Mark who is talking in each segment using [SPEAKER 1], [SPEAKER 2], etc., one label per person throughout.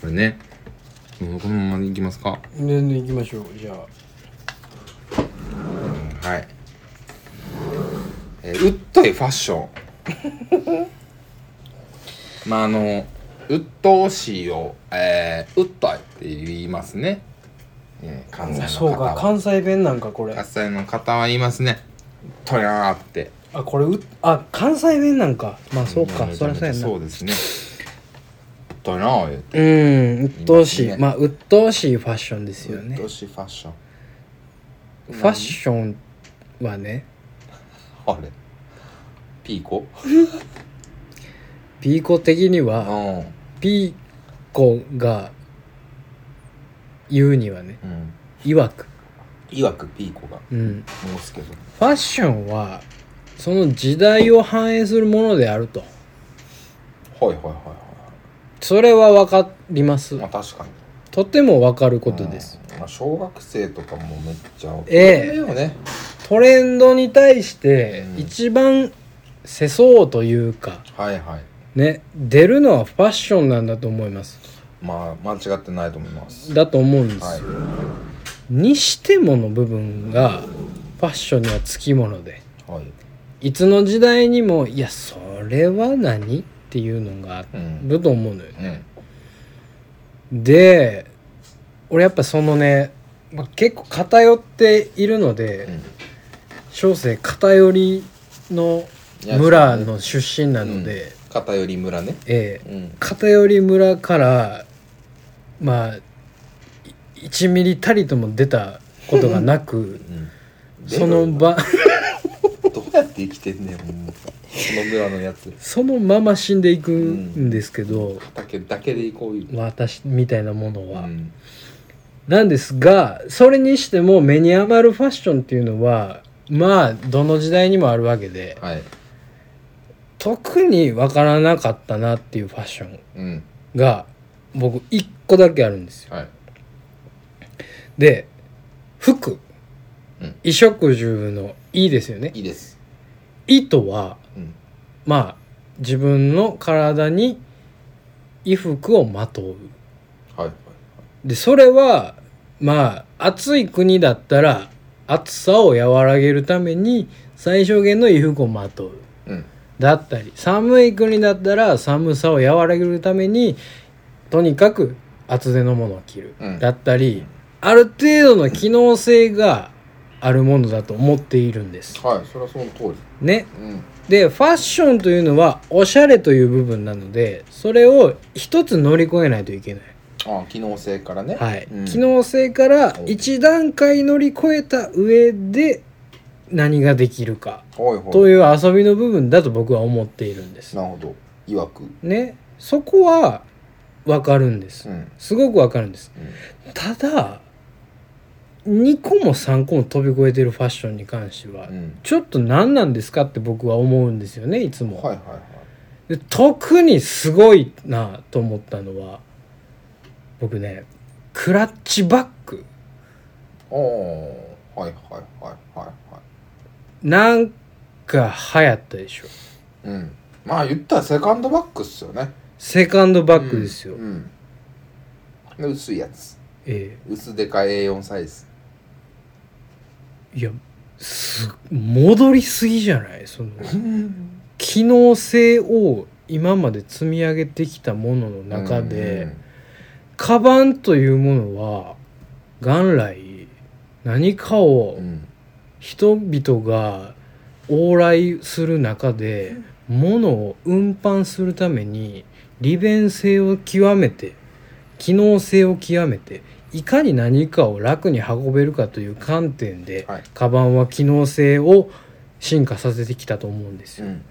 [SPEAKER 1] これねもうこのままいきますか
[SPEAKER 2] 全然行きましょうじゃあ
[SPEAKER 1] はいえーうっといファッション まああのうっとうしいを、えー、うっといって言いますね、えー関西の方
[SPEAKER 2] そうか
[SPEAKER 1] は
[SPEAKER 2] 関西弁なんかこれ
[SPEAKER 1] 関西の方は言いますねうっとやーって
[SPEAKER 2] あこれうあ関西弁なんかまあそうか
[SPEAKER 1] ん
[SPEAKER 2] そりゃそうやんな
[SPEAKER 1] そうですねうっといなー言って
[SPEAKER 2] うん鬱陶しい、
[SPEAKER 1] ね
[SPEAKER 2] まあ鬱陶しいファッションですよ
[SPEAKER 1] うっ
[SPEAKER 2] ね
[SPEAKER 1] とうしいファッション
[SPEAKER 2] ファッションはね
[SPEAKER 1] あれピーコ
[SPEAKER 2] ピーコ的に
[SPEAKER 1] う
[SPEAKER 2] は
[SPEAKER 1] ん、うん、
[SPEAKER 2] ピーコが言うにはね曰く
[SPEAKER 1] いわくピーコが
[SPEAKER 2] うん
[SPEAKER 1] 申すけど
[SPEAKER 2] ファッションはその時代を反映するものであると
[SPEAKER 1] はいはいはいはい
[SPEAKER 2] それは分かります
[SPEAKER 1] まあ確かに
[SPEAKER 2] とても分かることです、
[SPEAKER 1] うん、まあ、小学生とかもめっちゃ
[SPEAKER 2] ええ
[SPEAKER 1] よね
[SPEAKER 2] トレンドに対して
[SPEAKER 1] うん
[SPEAKER 2] 一番世相というか
[SPEAKER 1] はいはい
[SPEAKER 2] ね出るのはファッションなんだと思います
[SPEAKER 1] まあ間違ってないと思います
[SPEAKER 2] だと思うんです、
[SPEAKER 1] はい
[SPEAKER 2] にしてもの部分がファッションにはつきもので
[SPEAKER 1] はい
[SPEAKER 2] いつの時代にもいやそれは何っていうのがあ
[SPEAKER 1] うん
[SPEAKER 2] ると思うのよね、
[SPEAKER 1] うん
[SPEAKER 2] で俺やっぱそのね、まあ、結構偏っているので、
[SPEAKER 1] うん
[SPEAKER 2] 小生偏りの村の出身なので、
[SPEAKER 1] 偏り村ね
[SPEAKER 2] ええ
[SPEAKER 1] うん
[SPEAKER 2] 偏り村からまあい1ミリたりとも出たことがなく
[SPEAKER 1] うん
[SPEAKER 2] その
[SPEAKER 1] で
[SPEAKER 2] 場
[SPEAKER 1] どうやって生きてんねんほんまその村のやつ
[SPEAKER 2] そのまま死んでいくんですけど、
[SPEAKER 1] だけだけで行こういう
[SPEAKER 2] 私みたいなものは、
[SPEAKER 1] うん
[SPEAKER 2] なんですがそれにしても目に余るファッションっていうのはまあどの時代にもあるわけで
[SPEAKER 1] はい
[SPEAKER 2] 特に分からなかったなっていうファッション
[SPEAKER 1] うん
[SPEAKER 2] が僕1個だけあるんですよ
[SPEAKER 1] はい
[SPEAKER 2] で服
[SPEAKER 1] うん
[SPEAKER 2] 衣食住の「い」ですよね
[SPEAKER 1] いいです
[SPEAKER 2] 「い」とは
[SPEAKER 1] うん
[SPEAKER 2] まあ自分の体に衣服をまとう
[SPEAKER 1] はいはい
[SPEAKER 2] でそれはまあ暑い国だったら暑さを和らげるために最小限の衣服をまとう
[SPEAKER 1] うん
[SPEAKER 2] だったり寒い国だったら寒さを和らげるためにとにかく厚手のものを着る、
[SPEAKER 1] うん
[SPEAKER 2] だったりある程度の機能性があるものだと思っているんです。
[SPEAKER 1] はいそれはその通り
[SPEAKER 2] ね、
[SPEAKER 1] うん
[SPEAKER 2] でファッションというのはおしゃれという部分なのでそれを一つ乗り越えないといけない。
[SPEAKER 1] ああ機能性からね
[SPEAKER 2] はい、
[SPEAKER 1] うん
[SPEAKER 2] 機能性から一段階乗り越えた上で何ができるか
[SPEAKER 1] はいはい
[SPEAKER 2] という遊びの部分だと僕は思っているんです
[SPEAKER 1] なるほどいわく
[SPEAKER 2] ねそこはわかるんです
[SPEAKER 1] うん
[SPEAKER 2] すごくわかるんです
[SPEAKER 1] うん
[SPEAKER 2] ただ2個も3個も飛び越えてるファッションに関しては
[SPEAKER 1] うん
[SPEAKER 2] ちょっと何なんですかって僕は思うんですよねいつも、
[SPEAKER 1] はいはいはい
[SPEAKER 2] で特にすごいなと思ったのは僕ねクラッチバッグ
[SPEAKER 1] おおはいはいはいはいは
[SPEAKER 2] なんか流行ったでしょ
[SPEAKER 1] いうんまあ言ったらセカンドバッグっすよね
[SPEAKER 2] セカンドバッグですよ、
[SPEAKER 1] うん、うんで薄いやつ
[SPEAKER 2] え
[SPEAKER 1] 薄でかい A4 サイズ
[SPEAKER 2] えいやす戻りすぎじゃないその
[SPEAKER 1] うん
[SPEAKER 2] 機能性を今まで積み上げてきたものの 中で、カバンというものは元来何かを
[SPEAKER 1] うん
[SPEAKER 2] 人々が往来する中で物を運搬するために利便性を極めて機能性を極めていかに何かを楽に運べるかという観点で、
[SPEAKER 1] はい
[SPEAKER 2] カバンは機能性を進化させてきたと思うんです
[SPEAKER 1] う
[SPEAKER 2] よ。
[SPEAKER 1] ん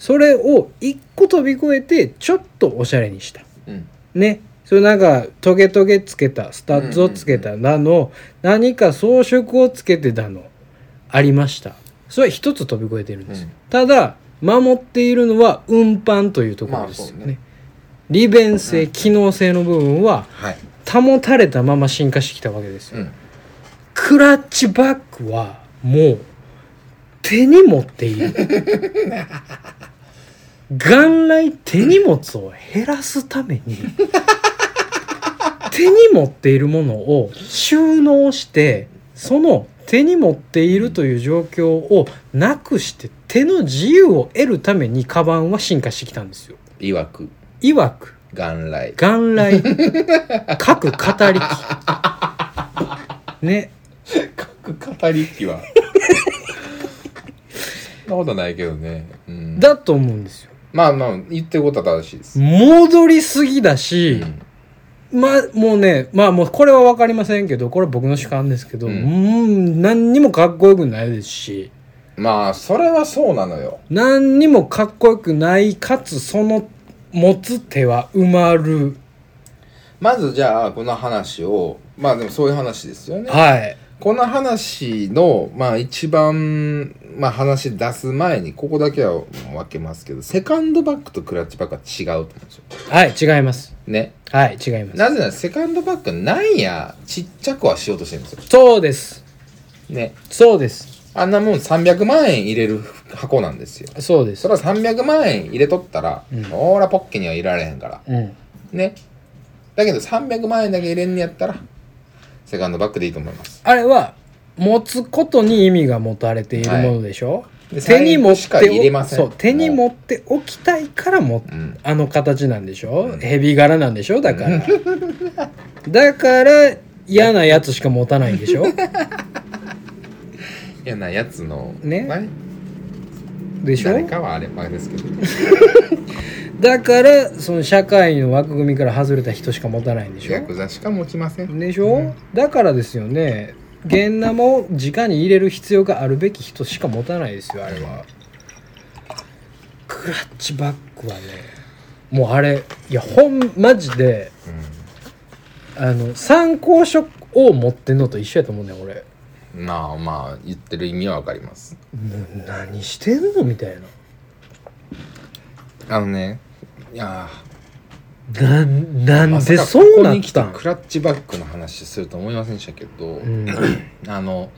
[SPEAKER 2] それを一個飛び越えてちょっとおしゃれにした。
[SPEAKER 1] うん
[SPEAKER 2] ね、それなんかトゲトゲつけたスタッズをつけただの、何か装飾をつけてだのありましたそれは一つ飛び越えてるんです、
[SPEAKER 1] うん
[SPEAKER 2] ただ守っているのは運搬というところですよね,、
[SPEAKER 1] まあそうね
[SPEAKER 2] 利便性、
[SPEAKER 1] うん
[SPEAKER 2] 機能性の部分は
[SPEAKER 1] はい
[SPEAKER 2] 保たれたまま進化してきたわけです
[SPEAKER 1] う
[SPEAKER 2] よ、
[SPEAKER 1] ん
[SPEAKER 2] クラッチバッグはもう手に持っている元来手荷物を減らすために手に持っているものを収納してその手に持っているという状況をなくして手の自由を得るためにカバンは進化してきたんですよ。
[SPEAKER 1] いわく
[SPEAKER 2] いわく
[SPEAKER 1] 元来
[SPEAKER 2] 元来各語りきね
[SPEAKER 1] 各語り機は そんなことないけどね、うん、
[SPEAKER 2] だと思うんですよ。
[SPEAKER 1] まあまあ言ってることは正しいです、
[SPEAKER 2] 戻りすぎだし、
[SPEAKER 1] うん
[SPEAKER 2] まあもうねまあもうこれは分かりませんけどこれは僕の主観ですけど、う
[SPEAKER 1] うん
[SPEAKER 2] ん、何にもかっこよくないですし
[SPEAKER 1] まあそれはそうなのよ
[SPEAKER 2] 何にもかっこよくないかつその持つ手は埋まる
[SPEAKER 1] まずじゃあこの話をまあでもそういう話ですよね
[SPEAKER 2] はい
[SPEAKER 1] この話の、まあ一番、まあ話出す前に、ここだけは分けますけど、セカンドバッグとクラッチバッグは違うと思うんですよ。
[SPEAKER 2] はい違います
[SPEAKER 1] ね。
[SPEAKER 2] はい違います
[SPEAKER 1] なぜならセカンドバッグはなんや、ちっちゃくはしようとしてるんですよ。
[SPEAKER 2] そうです
[SPEAKER 1] ね。
[SPEAKER 2] そうです
[SPEAKER 1] あんなもん300万円入れる箱なんですよ。
[SPEAKER 2] そうで
[SPEAKER 1] そ
[SPEAKER 2] す
[SPEAKER 1] れは300万円入れとったら、
[SPEAKER 2] うん
[SPEAKER 1] ほーらポッケには入れられへんから。
[SPEAKER 2] うん
[SPEAKER 1] ね。だけど300万円だけ入れんねやったら、セカンドバッグでいいと思います。
[SPEAKER 2] あれは持つことに意味が持たれているものでしょ、
[SPEAKER 1] で
[SPEAKER 2] 手に持
[SPEAKER 1] 財布
[SPEAKER 2] っ
[SPEAKER 1] しか入
[SPEAKER 2] て
[SPEAKER 1] れ
[SPEAKER 2] お
[SPEAKER 1] ません
[SPEAKER 2] そう手に持っておきたいから持っ
[SPEAKER 1] うん。
[SPEAKER 2] あの形なんでしょ、
[SPEAKER 1] うん
[SPEAKER 2] ヘビ柄なんでしょだからだから嫌なやつしか持たないんで しょ
[SPEAKER 1] 嫌なやつの、
[SPEAKER 2] ね
[SPEAKER 1] まあ
[SPEAKER 2] でしょ
[SPEAKER 1] 誰かはあれあれですけど
[SPEAKER 2] だからその社会の枠組みから外れた人しか持たないんでし
[SPEAKER 1] ヤ
[SPEAKER 2] ょ
[SPEAKER 1] クザしか持ちません
[SPEAKER 2] でしょ、
[SPEAKER 1] うん
[SPEAKER 2] だからですよね現ナも直に入れる必要があるべき人しか持たないですよあれはクラッチバッグはねもうあれいやほんマジであの参考書を持ってんのと一緒やと思うねん俺
[SPEAKER 1] うんまあまあ言ってる意味はわかります
[SPEAKER 2] もう何してんのみたいな
[SPEAKER 1] あのねいやー
[SPEAKER 2] なんなん
[SPEAKER 1] まさ
[SPEAKER 2] で
[SPEAKER 1] か
[SPEAKER 2] そうな
[SPEAKER 1] ここ
[SPEAKER 2] っ
[SPEAKER 1] に来て
[SPEAKER 2] たん
[SPEAKER 1] クラッチバックの話すると思いませんでしたけど、
[SPEAKER 2] うん
[SPEAKER 1] あの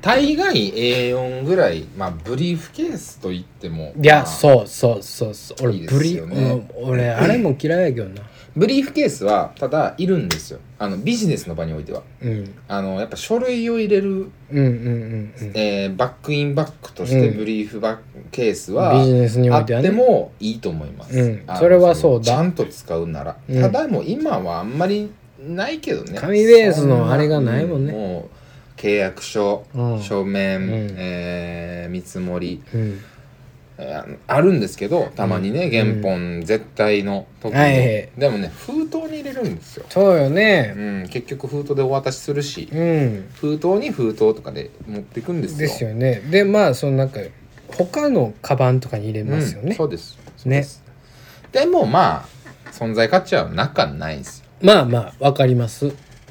[SPEAKER 1] 大概 A4 ぐらいまあブリーフケースと言っても
[SPEAKER 2] いや
[SPEAKER 1] まあ
[SPEAKER 2] そうそうそうそう俺
[SPEAKER 1] いいで
[SPEAKER 2] ブ
[SPEAKER 1] す
[SPEAKER 2] リ
[SPEAKER 1] よね
[SPEAKER 2] うん俺あれも嫌いやけどな
[SPEAKER 1] ブリーフケースはただいるんですよあのビジネスの場においては
[SPEAKER 2] うん
[SPEAKER 1] あのやっぱ書類を入れる、
[SPEAKER 2] うんうんうんうん
[SPEAKER 1] えーバックインバッグとして
[SPEAKER 2] うん
[SPEAKER 1] ブリーフバッグケースは、
[SPEAKER 2] ビジネスにお
[SPEAKER 1] あ
[SPEAKER 2] い
[SPEAKER 1] って
[SPEAKER 2] は
[SPEAKER 1] て
[SPEAKER 2] ね
[SPEAKER 1] もいいと思います、
[SPEAKER 2] うん
[SPEAKER 1] あの
[SPEAKER 2] それはそうだ
[SPEAKER 1] ちゃんと使うなら、
[SPEAKER 2] うん
[SPEAKER 1] ただもう今はあんまりないけどね
[SPEAKER 2] 紙ベースのあれがないもんね
[SPEAKER 1] そなもう契約書、
[SPEAKER 2] うん
[SPEAKER 1] 書面、
[SPEAKER 2] うん
[SPEAKER 1] えー見積もり、
[SPEAKER 2] うん
[SPEAKER 1] えーあるんですけどたまにね、
[SPEAKER 2] うん
[SPEAKER 1] 原本絶対の時に、
[SPEAKER 2] はいはい
[SPEAKER 1] でもね封筒に入れるんですよ、
[SPEAKER 2] そうよ
[SPEAKER 1] う
[SPEAKER 2] ね
[SPEAKER 1] ん、結局封筒でお渡しするし
[SPEAKER 2] うん
[SPEAKER 1] 封筒に封筒とかで持っていくんですよ
[SPEAKER 2] ですよねでまあそのなんか他のカバンとかに入れますよ
[SPEAKER 1] うん
[SPEAKER 2] ね
[SPEAKER 1] そうですそう
[SPEAKER 2] ね
[SPEAKER 1] ですでもまあ存在価値はなかないんですよ
[SPEAKER 2] まあまあわかります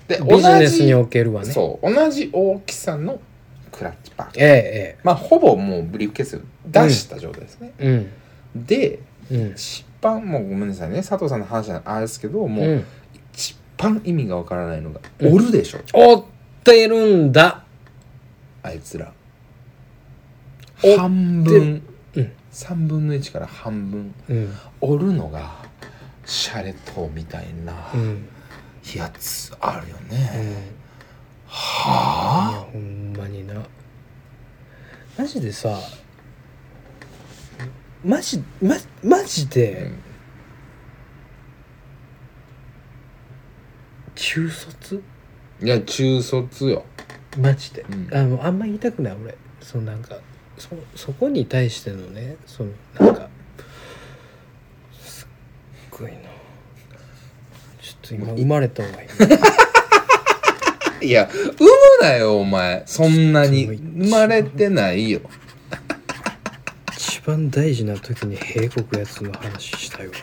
[SPEAKER 1] で
[SPEAKER 2] ビジネスに
[SPEAKER 1] 同
[SPEAKER 2] おけるわ
[SPEAKER 1] じ
[SPEAKER 2] ね
[SPEAKER 1] そう同じ大きさのクラッチバッグ
[SPEAKER 2] え
[SPEAKER 1] まあほぼもうブリーフケース出した状態ですね
[SPEAKER 2] え、ええ
[SPEAKER 1] で
[SPEAKER 2] うんうん
[SPEAKER 1] 一番もうごめんなさいね佐藤さんの話じゃあれですけどもう、
[SPEAKER 2] うん
[SPEAKER 1] 一番意味がわからないのが「
[SPEAKER 2] うん
[SPEAKER 1] おるでしょ」
[SPEAKER 2] 追ってるんだ
[SPEAKER 1] あいつら
[SPEAKER 2] お
[SPEAKER 1] 半分、
[SPEAKER 2] うん
[SPEAKER 1] 3分の1から半分
[SPEAKER 2] うん
[SPEAKER 1] おるのがシャレとみたいな
[SPEAKER 2] うん
[SPEAKER 1] やつあるよ
[SPEAKER 2] う
[SPEAKER 1] ね、
[SPEAKER 2] んいや
[SPEAKER 1] はあ
[SPEAKER 2] ほんまになマジでさマジママジ
[SPEAKER 1] う
[SPEAKER 2] で
[SPEAKER 1] ん
[SPEAKER 2] 中卒
[SPEAKER 1] いや中卒よ
[SPEAKER 2] マジで、
[SPEAKER 1] うん
[SPEAKER 2] あのあんま言いたくない俺そのなんかそそこに対してのねそのなんかすっごいなちょっと今生まれた方がいい
[SPEAKER 1] いや、産むなよ、お前。そんなに。
[SPEAKER 2] ちょっと
[SPEAKER 1] 生まれてないよ。
[SPEAKER 2] 一番大事な時に閉国やつの話したいわ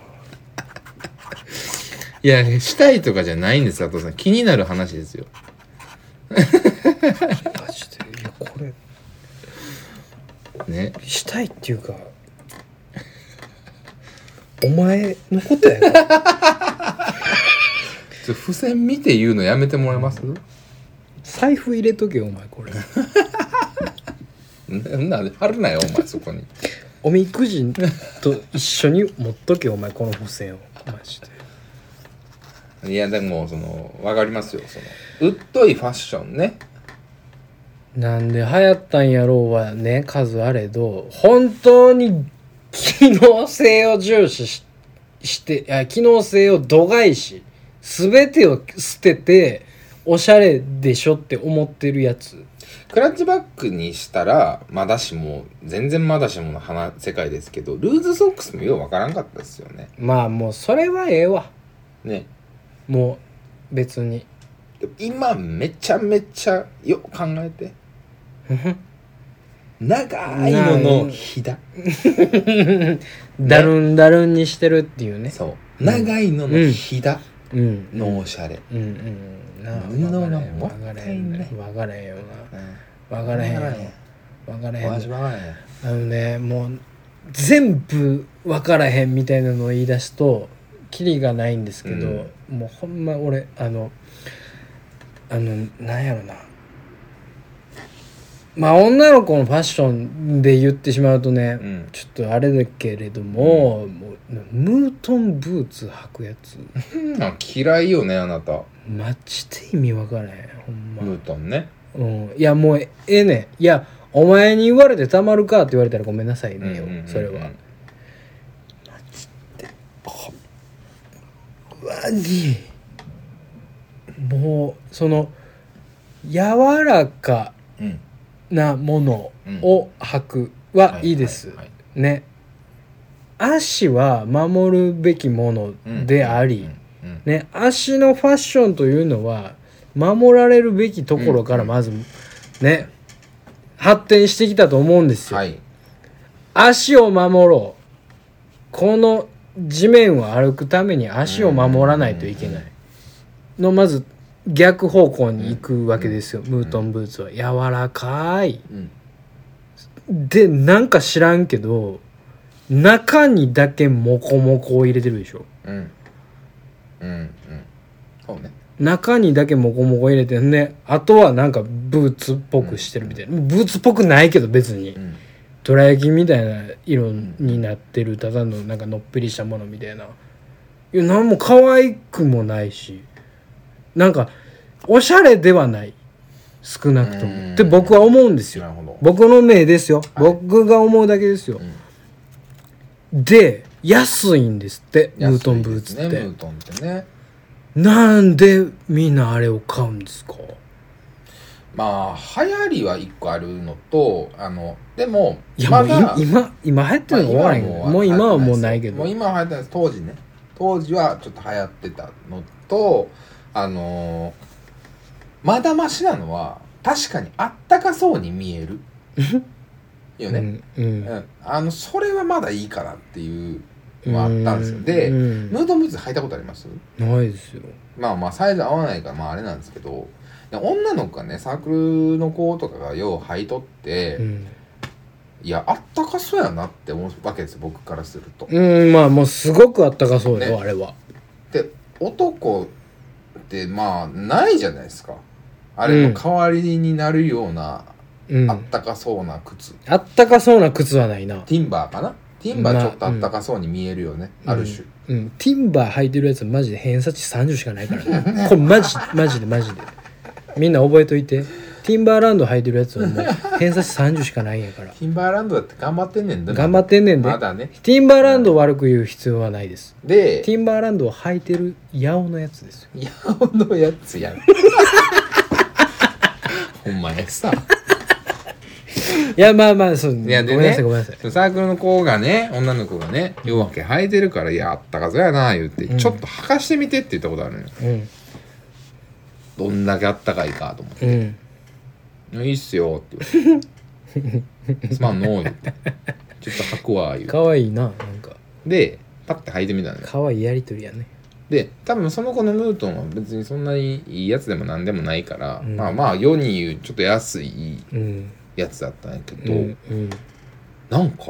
[SPEAKER 1] いや、したいとかじゃないんです、佐藤さん。気になる話ですよ。
[SPEAKER 2] マジでいやこれ
[SPEAKER 1] ね。
[SPEAKER 2] したいっていうかお前のことやから
[SPEAKER 1] ちょ付箋見て言うのやめてもらえます
[SPEAKER 2] 財布入れとけよお前これ
[SPEAKER 1] んな、貼るなよ、お前、そこに。
[SPEAKER 2] おみくじと一緒に持っとけよお前この付箋をマジで
[SPEAKER 1] いやでもそのわかりますよそのうっといファッションね
[SPEAKER 2] なんで流行ったんやろうはね数あれど本当に機能性を重視ししてあ機能性を度外視全てを捨てておしゃれでしょって思ってるやつ
[SPEAKER 1] クラッチバックにしたらまだしも全然まだしもの花世界ですけどルーズソックスもようわからんかったですよね
[SPEAKER 2] まあもうそれはええわ
[SPEAKER 1] ね
[SPEAKER 2] もう別に
[SPEAKER 1] でも今めちゃめちゃよく考えて長いののひだ
[SPEAKER 2] だるんだるんにしてるっていうね
[SPEAKER 1] そう長いののひだ
[SPEAKER 2] うん
[SPEAKER 1] のおしゃれ、
[SPEAKER 2] うんうんな
[SPEAKER 1] 布が
[SPEAKER 2] わからへん
[SPEAKER 1] もったいない
[SPEAKER 2] わからへんよな
[SPEAKER 1] う
[SPEAKER 2] わからへんよわからへん
[SPEAKER 1] ん、
[SPEAKER 2] よ
[SPEAKER 1] わしわからへん
[SPEAKER 2] あのねもう全部分からへんみたいなのを言い出すとキリがないんですけど、もうほんま俺あのあのなんやろなまあ女の子のファッションで言ってしまうとね、
[SPEAKER 1] うん
[SPEAKER 2] ちょっとあれだけれども,、もうムートンブーツ履くやつ
[SPEAKER 1] うんあ嫌いよねあなた
[SPEAKER 2] マジで意味分からへんほんま、
[SPEAKER 1] ムートンね
[SPEAKER 2] うん、いやもうええねんいやお前に言われてたまるかって言われたらごめんなさいねよ、
[SPEAKER 1] うんうんうんうん
[SPEAKER 2] それはマジもうその柔らか
[SPEAKER 1] うん
[SPEAKER 2] なものを履くはいいです、
[SPEAKER 1] ははい
[SPEAKER 2] ね足は守るべきものであり、
[SPEAKER 1] うんうん
[SPEAKER 2] ね、足のファッションというのは守られるべきところからまず、ね発展してきたと思うんですよ、
[SPEAKER 1] はい
[SPEAKER 2] 足を守ろうこの地面を歩くために足を守らないといけないのまず逆方向に行くわけですよ、ムートンブーツは柔らかい
[SPEAKER 1] うん
[SPEAKER 2] でなんか知らんけど中にだけモコモコを入れてるでしょ
[SPEAKER 1] うんうんうんそうね
[SPEAKER 2] 中にだけモコモコ入れてんであとはなんかブーツっぽくしてるみたいな、ブーツっぽくないけど別に
[SPEAKER 1] うん
[SPEAKER 2] どら焼きみたいな色になってるただのなんかのっぺりしたものみたいないや何も可愛くもないしなんかおしゃれではない少なくと
[SPEAKER 1] うん
[SPEAKER 2] もって僕は思うんです
[SPEAKER 1] な
[SPEAKER 2] よ
[SPEAKER 1] るほど
[SPEAKER 2] 僕の目ですよ、
[SPEAKER 1] はい
[SPEAKER 2] 僕が思うだけですよ、で安いんですってムートンブーツって、
[SPEAKER 1] 安いですねムートンってね
[SPEAKER 2] なんでみんなあれを買うんですか
[SPEAKER 1] まあ流行りは一個あるのとあのでも
[SPEAKER 2] いや、
[SPEAKER 1] ま
[SPEAKER 2] も
[SPEAKER 1] だ
[SPEAKER 2] うい今、今流行ってるのが分からへんけど、
[SPEAKER 1] まあ
[SPEAKER 2] もう今はもうない
[SPEAKER 1] で
[SPEAKER 2] け
[SPEAKER 1] す
[SPEAKER 2] ど。
[SPEAKER 1] もう今は流行ってないです当時ね当時はちょっと流行ってたのとあのーまだましなのは確かにあったかそうに見えるよね、
[SPEAKER 2] う
[SPEAKER 1] う
[SPEAKER 2] ん。う
[SPEAKER 1] んんあのそれはまだいいかなっていうのはあったんですよで、
[SPEAKER 2] うん
[SPEAKER 1] ムードブーツ履いたことあります
[SPEAKER 2] ないですよ。
[SPEAKER 1] まあまあサイズ合わないからまああれなんですけどで女の子がねサークルの子とかがよう履いとって、
[SPEAKER 2] うん。
[SPEAKER 1] いやあったかそうやなって思うわけですよ僕からすると。
[SPEAKER 2] うん、まあもうすごくあったかそうよ、
[SPEAKER 1] ね
[SPEAKER 2] あれは。
[SPEAKER 1] で男ってまあないじゃないですかあれの代わりになるような、
[SPEAKER 2] うん
[SPEAKER 1] あ。ったかそうな靴
[SPEAKER 2] あったかそうな靴はないな。
[SPEAKER 1] ティンバーかなティンバー
[SPEAKER 2] まあ
[SPEAKER 1] ちょっとあったかそうに見えるよね、ある種、
[SPEAKER 2] うん。ティンバー履いてるやつマジで偏差値30しかないからね。 これマジ、マジでマジで。みんな覚えといて。ティンバーランド履いてるやつはもう偏差値30しかないんや から。
[SPEAKER 1] ティンバーランドだって頑張ってんねんだ
[SPEAKER 2] 頑張ってんねんで。
[SPEAKER 1] まだね
[SPEAKER 2] ティンバーランドを悪く言う必要はないです。
[SPEAKER 1] で
[SPEAKER 2] ティンバーランドを履いてるヤオのやつですよ。
[SPEAKER 1] ヤオのやつやん ほんまやさ
[SPEAKER 2] いや、まあまあ、そう、
[SPEAKER 1] いやで
[SPEAKER 2] ごめんなさ
[SPEAKER 1] ね
[SPEAKER 2] い、ごめんなさい。
[SPEAKER 1] サークルの子がね女の子がね夜明け履いてるからいやあったかそうやな言って、
[SPEAKER 2] ん
[SPEAKER 1] ちょっと履かしてみてって言ったことあるのよ
[SPEAKER 2] うん。
[SPEAKER 1] どんだけあったかいかと思って。
[SPEAKER 2] うん。
[SPEAKER 1] いやいいっすよって言われ てすまんのーってちょっと履くわ言う
[SPEAKER 2] かわいいな、なんか。
[SPEAKER 1] でパッて履いてみたのよ
[SPEAKER 2] かわいいやりとりやね。
[SPEAKER 1] で多分その子のムートンは別にそんなにいいやつでも何でもないから、
[SPEAKER 2] うん
[SPEAKER 1] まあまあ世に言うちょっと安い
[SPEAKER 2] うん。
[SPEAKER 1] やつだったんやけ
[SPEAKER 2] う
[SPEAKER 1] ど、
[SPEAKER 2] ん。
[SPEAKER 1] なんか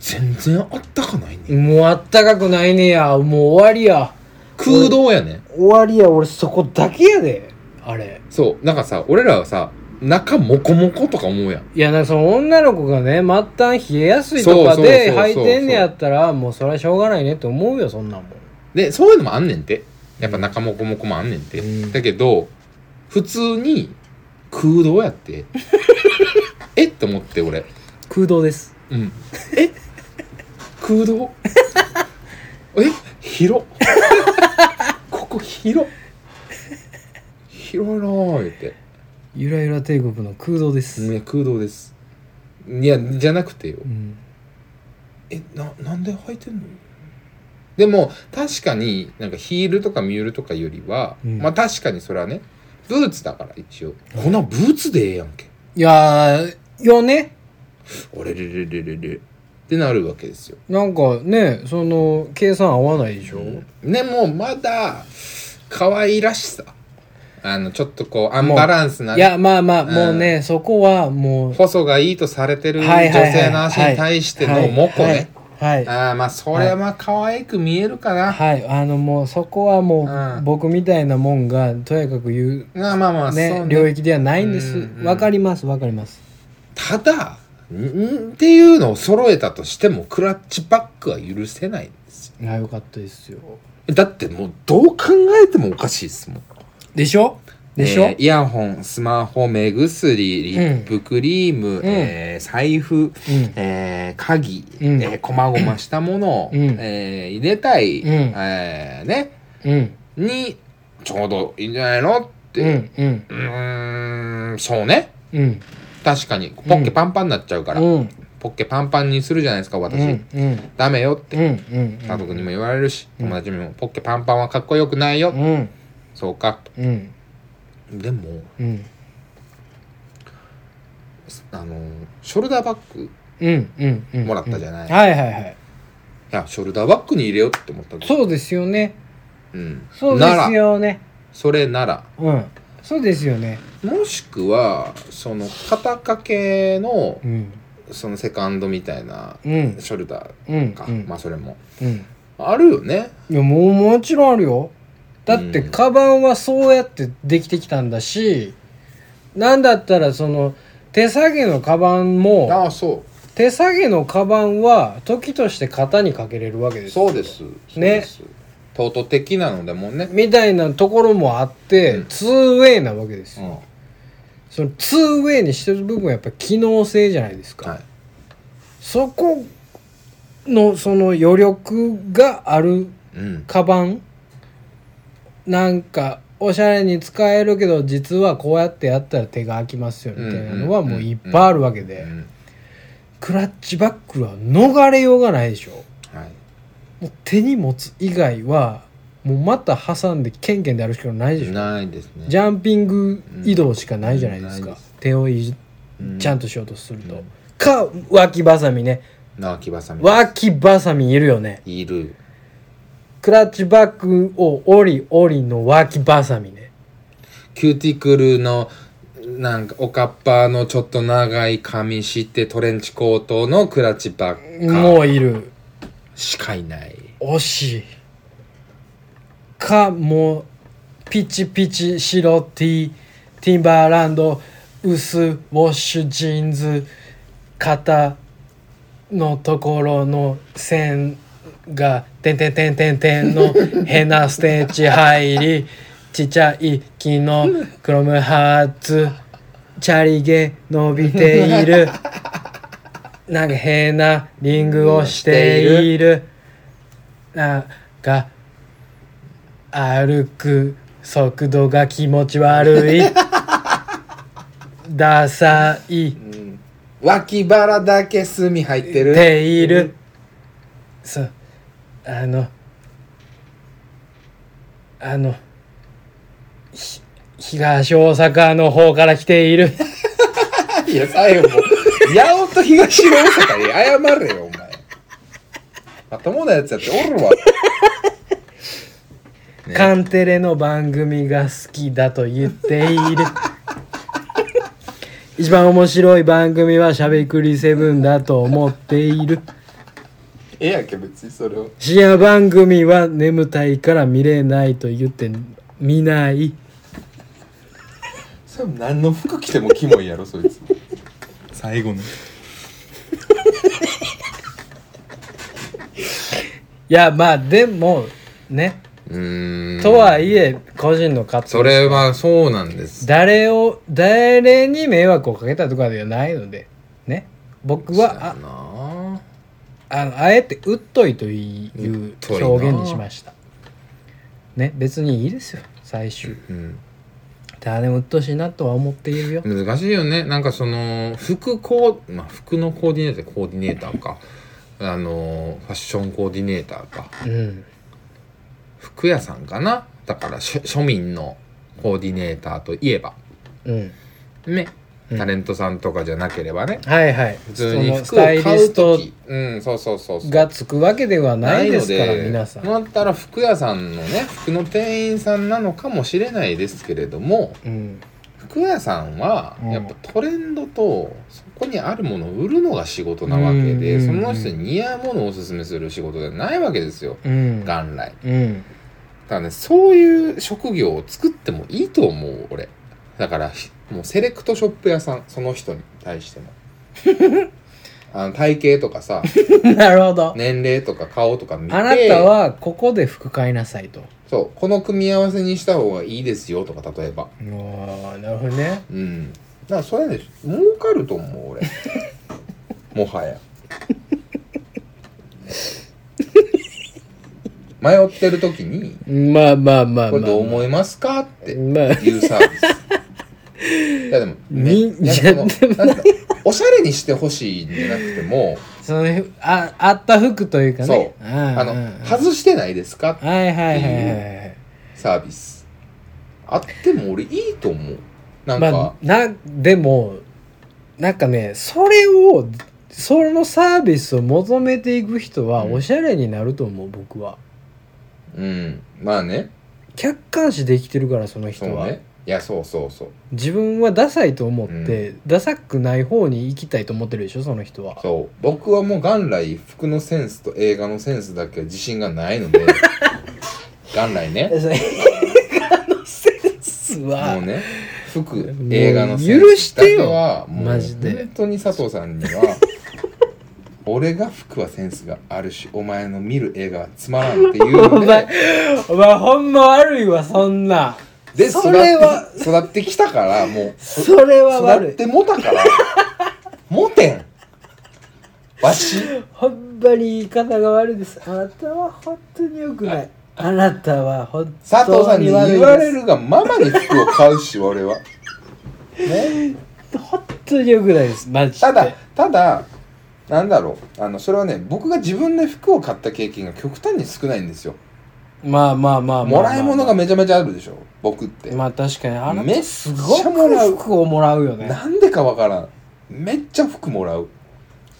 [SPEAKER 1] 全然あったかないね、
[SPEAKER 2] うん。もうあったかくないねや。もう終わりや。
[SPEAKER 1] 空洞やね
[SPEAKER 2] 終わりや、俺そこだけやで。あれ。
[SPEAKER 1] そうなんかさ俺らはさ中モコモコとか思うやん
[SPEAKER 2] いや、なんかその女の子がね、末端冷えやすいとかで
[SPEAKER 1] そうそうそうそう
[SPEAKER 2] 履いてんねやったら、もうそれはしょうがないねって思うよ、そんなもん。
[SPEAKER 1] でそういうのもあんねんてやっぱ中もこもこもあんねんて、
[SPEAKER 2] うん
[SPEAKER 1] だけど普通に空洞やって えって思って俺
[SPEAKER 2] 空洞です
[SPEAKER 1] うんえ空洞え広ここ広広いなあ言って
[SPEAKER 2] ゆらゆら帝国の空洞です、
[SPEAKER 1] ね空洞ですいやじゃなくてよ
[SPEAKER 2] うん
[SPEAKER 1] えななんで履いてんのでも確かになんかヒールとかミュールとかよりは、
[SPEAKER 2] うん
[SPEAKER 1] まあ確かにそれはねブーツだから一応こんなんブーツでええやんけ
[SPEAKER 2] いやーよね
[SPEAKER 1] 俺れれれれれれってなるわけですよ
[SPEAKER 2] なんかねその計算合わないでしょ、
[SPEAKER 1] でもまだ可愛らしさあのちょっとこうアンバランスない
[SPEAKER 2] やまあまあ
[SPEAKER 1] うん
[SPEAKER 2] もうね、そこはもう
[SPEAKER 1] 細がいいとされてる
[SPEAKER 2] はい
[SPEAKER 1] 女
[SPEAKER 2] はいはい
[SPEAKER 1] 性の足に対してのモコね、
[SPEAKER 2] はいはい、
[SPEAKER 1] ああまあそれはまあ可愛く見えるかな、
[SPEAKER 2] はいあのもうそこはもう、
[SPEAKER 1] うん
[SPEAKER 2] 僕みたいなもんがとやかく言
[SPEAKER 1] まあまあまあ
[SPEAKER 2] う
[SPEAKER 1] そ
[SPEAKER 2] ね
[SPEAKER 1] う
[SPEAKER 2] 領域ではないんです
[SPEAKER 1] うんうん
[SPEAKER 2] わかりますわかります
[SPEAKER 1] ただんっていうのを揃えたとしてもクラッチバックは許せないんですよ
[SPEAKER 2] あよかったですよ
[SPEAKER 1] だってもうどう考えてもおかしいですもん
[SPEAKER 2] でしょでしょ、
[SPEAKER 1] えーイヤホンスマホ目薬リップクリーム、えー財布、
[SPEAKER 2] うん
[SPEAKER 1] えー鍵、
[SPEAKER 2] うん
[SPEAKER 1] えーこまごましたものを、
[SPEAKER 2] うん
[SPEAKER 1] えー入れたい、
[SPEAKER 2] うん
[SPEAKER 1] えーね
[SPEAKER 2] うん
[SPEAKER 1] にちょうどいいんじゃないのっ
[SPEAKER 2] う
[SPEAKER 1] て
[SPEAKER 2] んう
[SPEAKER 1] う
[SPEAKER 2] ん
[SPEAKER 1] ーんそうね
[SPEAKER 2] うん
[SPEAKER 1] 確かにポッケパンパンになっちゃうから、
[SPEAKER 2] うん
[SPEAKER 1] ポッケパンパンにするじゃないですか私、
[SPEAKER 2] うんうん
[SPEAKER 1] ダメよって
[SPEAKER 2] うんうん
[SPEAKER 1] 家族にも言われるし、友達にもポッケパンパンはかっこよくないよ、
[SPEAKER 2] うん
[SPEAKER 1] そうか
[SPEAKER 2] うん
[SPEAKER 1] でも
[SPEAKER 2] うん
[SPEAKER 1] あのーショルダーバッグ
[SPEAKER 2] うんうんうん
[SPEAKER 1] もらったじゃない
[SPEAKER 2] はいはいはい
[SPEAKER 1] いやショルダーバッグに入れようって思ったの
[SPEAKER 2] そうですよね
[SPEAKER 1] うん
[SPEAKER 2] そうで
[SPEAKER 1] な
[SPEAKER 2] す
[SPEAKER 1] ら
[SPEAKER 2] よね
[SPEAKER 1] それなら
[SPEAKER 2] うんそうですよね
[SPEAKER 1] もしくはその肩掛けの
[SPEAKER 2] うん
[SPEAKER 1] そのセカンドみたいな
[SPEAKER 2] うん
[SPEAKER 1] ショルダ
[SPEAKER 2] うん
[SPEAKER 1] ーか、
[SPEAKER 2] うん
[SPEAKER 1] まあそれも
[SPEAKER 2] うん
[SPEAKER 1] あるよね
[SPEAKER 2] いやもうもちろんあるよだって
[SPEAKER 1] うん
[SPEAKER 2] カバンはそうやってできてきたんだしなんだったらその手提げのカバンも
[SPEAKER 1] ああそ
[SPEAKER 2] 手提げのカバンは時として型にかけれるわけで
[SPEAKER 1] う
[SPEAKER 2] す
[SPEAKER 1] そうですそう
[SPEAKER 2] ね
[SPEAKER 1] です、トート的なのでもね、
[SPEAKER 2] みたいなところもあって、
[SPEAKER 1] うん
[SPEAKER 2] ツーウェイなわけです
[SPEAKER 1] う
[SPEAKER 2] よ、
[SPEAKER 1] ん、は
[SPEAKER 2] そのツーウェイにしてる部分はやっぱ機能性じゃないですか、
[SPEAKER 1] い
[SPEAKER 2] そこのその余力がある
[SPEAKER 1] うん
[SPEAKER 2] カバンなんかおしゃれに使えるけど実はこうやってやったら手が空きますよみたいなのは
[SPEAKER 1] うんうん
[SPEAKER 2] も
[SPEAKER 1] うん
[SPEAKER 2] う
[SPEAKER 1] うん
[SPEAKER 2] いっぱいあるわけ
[SPEAKER 1] う
[SPEAKER 2] で
[SPEAKER 1] ん
[SPEAKER 2] クラッチバックは逃れようがないでしょ
[SPEAKER 1] はい
[SPEAKER 2] もう手に持つ以外はもうまた挟んでケンケンでやるしかないでしょ
[SPEAKER 1] ないですね
[SPEAKER 2] ジャンピング移動しかないじゃないです
[SPEAKER 1] うん
[SPEAKER 2] か
[SPEAKER 1] ないです
[SPEAKER 2] 手をいじ
[SPEAKER 1] うん
[SPEAKER 2] ちゃんとしようとすると
[SPEAKER 1] うん
[SPEAKER 2] か脇バサミね
[SPEAKER 1] なあきばさみ
[SPEAKER 2] 脇バサミいるよね
[SPEAKER 1] いる
[SPEAKER 2] クラッチバックを折り折りの脇バサミね
[SPEAKER 1] キューティクルのなんかおかっぱのちょっと長い髪してトレンチコートのクラッチばっ
[SPEAKER 2] も
[SPEAKER 1] か
[SPEAKER 2] ういる
[SPEAKER 1] しかいない
[SPEAKER 2] 惜しいかもうピチピチ白 T ティンバーランド薄ウォッシュジーンズ肩のところの線が「てんてんてんてんてん」の変なステッチ入りちっちゃい木のクロムハーツチャリ毛伸びているなんか変なリングをしているなんか歩く速度が気持ち悪いダサい
[SPEAKER 1] 脇腹だけ墨入ってる
[SPEAKER 2] ているそうあのあのひ東大阪の方から来ている
[SPEAKER 1] いや最後もう八尾と東大阪に謝れよお前まともなやつやっておるわね
[SPEAKER 2] カンテレの番組が好きだと言っている 一番面白い番組はしゃべくりセブンだと思っている
[SPEAKER 1] ええやんけ別にそれを
[SPEAKER 2] 深夜番組は眠たいから見れないと言って見ない
[SPEAKER 1] それ何の服着てもキモいやろそいつ最後の
[SPEAKER 2] いやまあでもね
[SPEAKER 1] うーん
[SPEAKER 2] とはいえ個人の活動
[SPEAKER 1] それはそうなんです
[SPEAKER 2] 誰を誰に迷惑をかけたとかではないのでね僕はあ
[SPEAKER 1] そうやな
[SPEAKER 2] あのあえて「うっとい」という
[SPEAKER 1] うっといな
[SPEAKER 2] 表現にしましたね別にいいですよ最終
[SPEAKER 1] うん
[SPEAKER 2] ただでもうっとうしいなとは思っているよ
[SPEAKER 1] 難しいよねなんかその服コー、まあ、服のコーディネーターコーディネーターかあのファッションコーディネーターか
[SPEAKER 2] うん
[SPEAKER 1] 服屋さんかなだからしょ庶民のコーディネーターといえば
[SPEAKER 2] うん
[SPEAKER 1] ね
[SPEAKER 2] うん
[SPEAKER 1] タレントさんとかじゃなければね、
[SPEAKER 2] はいはい
[SPEAKER 1] 普通に
[SPEAKER 2] そのス
[SPEAKER 1] 服を
[SPEAKER 2] タイ
[SPEAKER 1] 買
[SPEAKER 2] リス
[SPEAKER 1] う
[SPEAKER 2] ト
[SPEAKER 1] 時うんそうそうそうそう
[SPEAKER 2] がつくわけではないですから
[SPEAKER 1] ないの
[SPEAKER 2] 皆さん
[SPEAKER 1] だったら服屋さんのね服の店員さんなのかもしれないですけれども
[SPEAKER 2] うん
[SPEAKER 1] 服屋さんは
[SPEAKER 2] うん
[SPEAKER 1] やっぱトレンドとそこにあるものを売るのが仕事なわけで、
[SPEAKER 2] うんうん
[SPEAKER 1] そ
[SPEAKER 2] うん
[SPEAKER 1] の人に似合うものをおすすめする仕事じゃないわけですよ
[SPEAKER 2] うん
[SPEAKER 1] 元来
[SPEAKER 2] うん
[SPEAKER 1] だからねそういう職業を作ってもいいと思う俺だからひもうセレクトショップ屋さんその人に対しても あの体型とか さ
[SPEAKER 2] なるほど
[SPEAKER 1] 年齢とか顔とか見て
[SPEAKER 2] あなたはここで服買いなさいと
[SPEAKER 1] そうこの組み合わせにした方がいいですよとか例えば
[SPEAKER 2] ああなるほどね
[SPEAKER 1] うんだからそれね儲かると思う 俺もはや迷ってる時に
[SPEAKER 2] まあまあ
[SPEAKER 1] 「
[SPEAKER 2] まあ
[SPEAKER 1] こ
[SPEAKER 2] ま
[SPEAKER 1] れ
[SPEAKER 2] あ
[SPEAKER 1] どう思いますか?」って
[SPEAKER 2] まあ
[SPEAKER 1] いうサービスいやでもめ
[SPEAKER 2] に
[SPEAKER 1] いやその
[SPEAKER 2] い
[SPEAKER 1] な
[SPEAKER 2] や
[SPEAKER 1] んかおしゃれにしてほしいんじゃなくても
[SPEAKER 2] そのああった服というかね
[SPEAKER 1] そう
[SPEAKER 2] うんうん
[SPEAKER 1] あの外してないですか
[SPEAKER 2] はいはいはいはいはい
[SPEAKER 1] サービスあっても俺いいと思うなんか、
[SPEAKER 2] まあなでもなんかねそれをそのサービスを求めていく人は
[SPEAKER 1] うん
[SPEAKER 2] おしゃれになると思う、僕は
[SPEAKER 1] うんまあね
[SPEAKER 2] 客観視できてるからその
[SPEAKER 1] そう
[SPEAKER 2] 人は、
[SPEAKER 1] ねいやそうそうそう
[SPEAKER 2] 自分はダサいと思って、ダサくない方に行きたいと思ってるでしょその人は
[SPEAKER 1] そう僕はもう元来服のセンスと映画のセンスだけは自信がないの で元来ね
[SPEAKER 2] それ映画のセンスは
[SPEAKER 1] もうね
[SPEAKER 2] も
[SPEAKER 1] 服
[SPEAKER 2] う
[SPEAKER 1] 映画のセン
[SPEAKER 2] 許し
[SPEAKER 1] スだ
[SPEAKER 2] て
[SPEAKER 1] け
[SPEAKER 2] よ
[SPEAKER 1] はもう
[SPEAKER 2] マジで
[SPEAKER 1] 本当に佐藤さんには 俺が服はセンスがあるしお前の見る映画はつまらんっていう
[SPEAKER 2] お
[SPEAKER 1] の
[SPEAKER 2] 前
[SPEAKER 1] で
[SPEAKER 2] お前ほんま悪いわそんな
[SPEAKER 1] で育
[SPEAKER 2] そ
[SPEAKER 1] っ
[SPEAKER 2] れは
[SPEAKER 1] て育ってきたからもう
[SPEAKER 2] それは
[SPEAKER 1] 育
[SPEAKER 2] 悪
[SPEAKER 1] っ
[SPEAKER 2] い
[SPEAKER 1] てもたからモテんわし
[SPEAKER 2] ほんまに言い方が悪いですあなたは本当に良くないあなたは本
[SPEAKER 1] 佐藤さ
[SPEAKER 2] 当
[SPEAKER 1] んに
[SPEAKER 2] に
[SPEAKER 1] 言わ
[SPEAKER 2] 悪いです
[SPEAKER 1] れるがままに服を買うし俺は
[SPEAKER 2] 本当に良くないですマジで
[SPEAKER 1] ただただなんだろうあのそれはね僕が自分で服を買った経験が極端に少ないんですよ
[SPEAKER 2] まあまあまあまあまあ
[SPEAKER 1] もらい物がめちゃめちゃあるでしょ僕って、
[SPEAKER 2] まあ確かにあな
[SPEAKER 1] めったち
[SPEAKER 2] す
[SPEAKER 1] ゃ
[SPEAKER 2] ごく
[SPEAKER 1] もらう
[SPEAKER 2] 服をもらうよね
[SPEAKER 1] なんでかわからんめっちゃ服もらう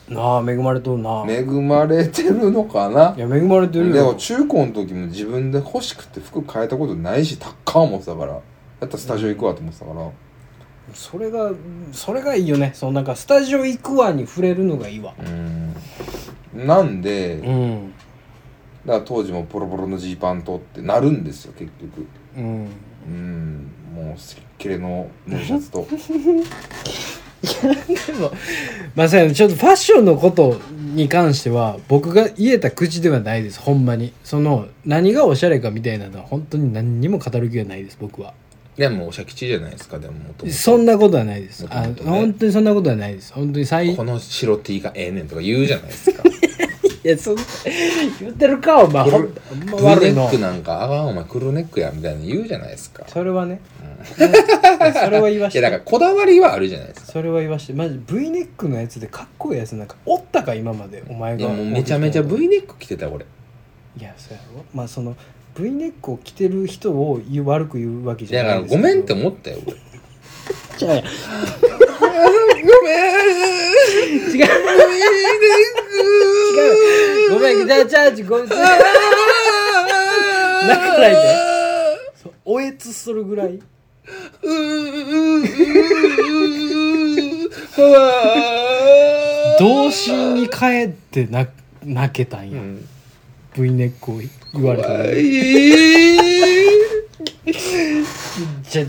[SPEAKER 2] なあ恵まれとるな
[SPEAKER 1] 恵まれてるのかない
[SPEAKER 2] や恵まれてる
[SPEAKER 1] でも
[SPEAKER 2] よ
[SPEAKER 1] 中高の時も自分で欲しくて服変えたことないし高っ思ってたからだったらスタジオ行くわと思ってたから、
[SPEAKER 2] それがそれがいいよねそのなんかスタジオ行くわに触れるのがいいわ
[SPEAKER 1] うんなんで、
[SPEAKER 2] う
[SPEAKER 1] だか
[SPEAKER 2] ん
[SPEAKER 1] ら当時もポロポロのジーパンとってなるんですよ結局
[SPEAKER 2] うん
[SPEAKER 1] うんもうすっきりのヌーシャツ と
[SPEAKER 2] でもまあそうやねちょっとファッションのことに関しては僕が言えた口ではないですほんまにその何がおしゃれかみたいなのは本当に何にも語る気がないです僕はい
[SPEAKER 1] やもうおしゃきちじゃないですかでももともと
[SPEAKER 2] そんなことはないです、あ
[SPEAKER 1] 元々ね
[SPEAKER 2] 本当にそんなことはないです本当に最
[SPEAKER 1] この白 T がええねんとか言うじゃないです か
[SPEAKER 2] いや、そん 言ってるか、お前、
[SPEAKER 1] ブ
[SPEAKER 2] ほ
[SPEAKER 1] ル
[SPEAKER 2] んほんま
[SPEAKER 1] ブ
[SPEAKER 2] 悪
[SPEAKER 1] ル
[SPEAKER 2] い
[SPEAKER 1] ネ
[SPEAKER 2] の
[SPEAKER 1] ック。なんかあかんお前黒ネックやみたいに言うじゃないですか
[SPEAKER 2] それはね。 それは言わ
[SPEAKER 1] い
[SPEAKER 2] し
[SPEAKER 1] やだから
[SPEAKER 2] て。
[SPEAKER 1] こだわりはあるじゃないですか
[SPEAKER 2] それは言わして。マジ、V ネックのやつでかっこいいやつなんかおったか、今まで。お前
[SPEAKER 1] い
[SPEAKER 2] が。
[SPEAKER 1] やもうめちゃめちゃ V
[SPEAKER 2] い
[SPEAKER 1] ネック着てた俺
[SPEAKER 2] や、そうやろ。まあ、その、V ネックを着てる人を言う悪く言うわけじゃ
[SPEAKER 1] だから
[SPEAKER 2] ないですけ
[SPEAKER 1] ご
[SPEAKER 2] ど
[SPEAKER 1] めんって思ったよ俺
[SPEAKER 2] じゃあ
[SPEAKER 1] ご めん
[SPEAKER 2] 違う。 違う。ごめん、じゃあ、じゃあ、ごめん。泣かないでそうおえつするぐらい。童心に帰ってな泣けたんや。V ネックを言われたのに。じゃ、じ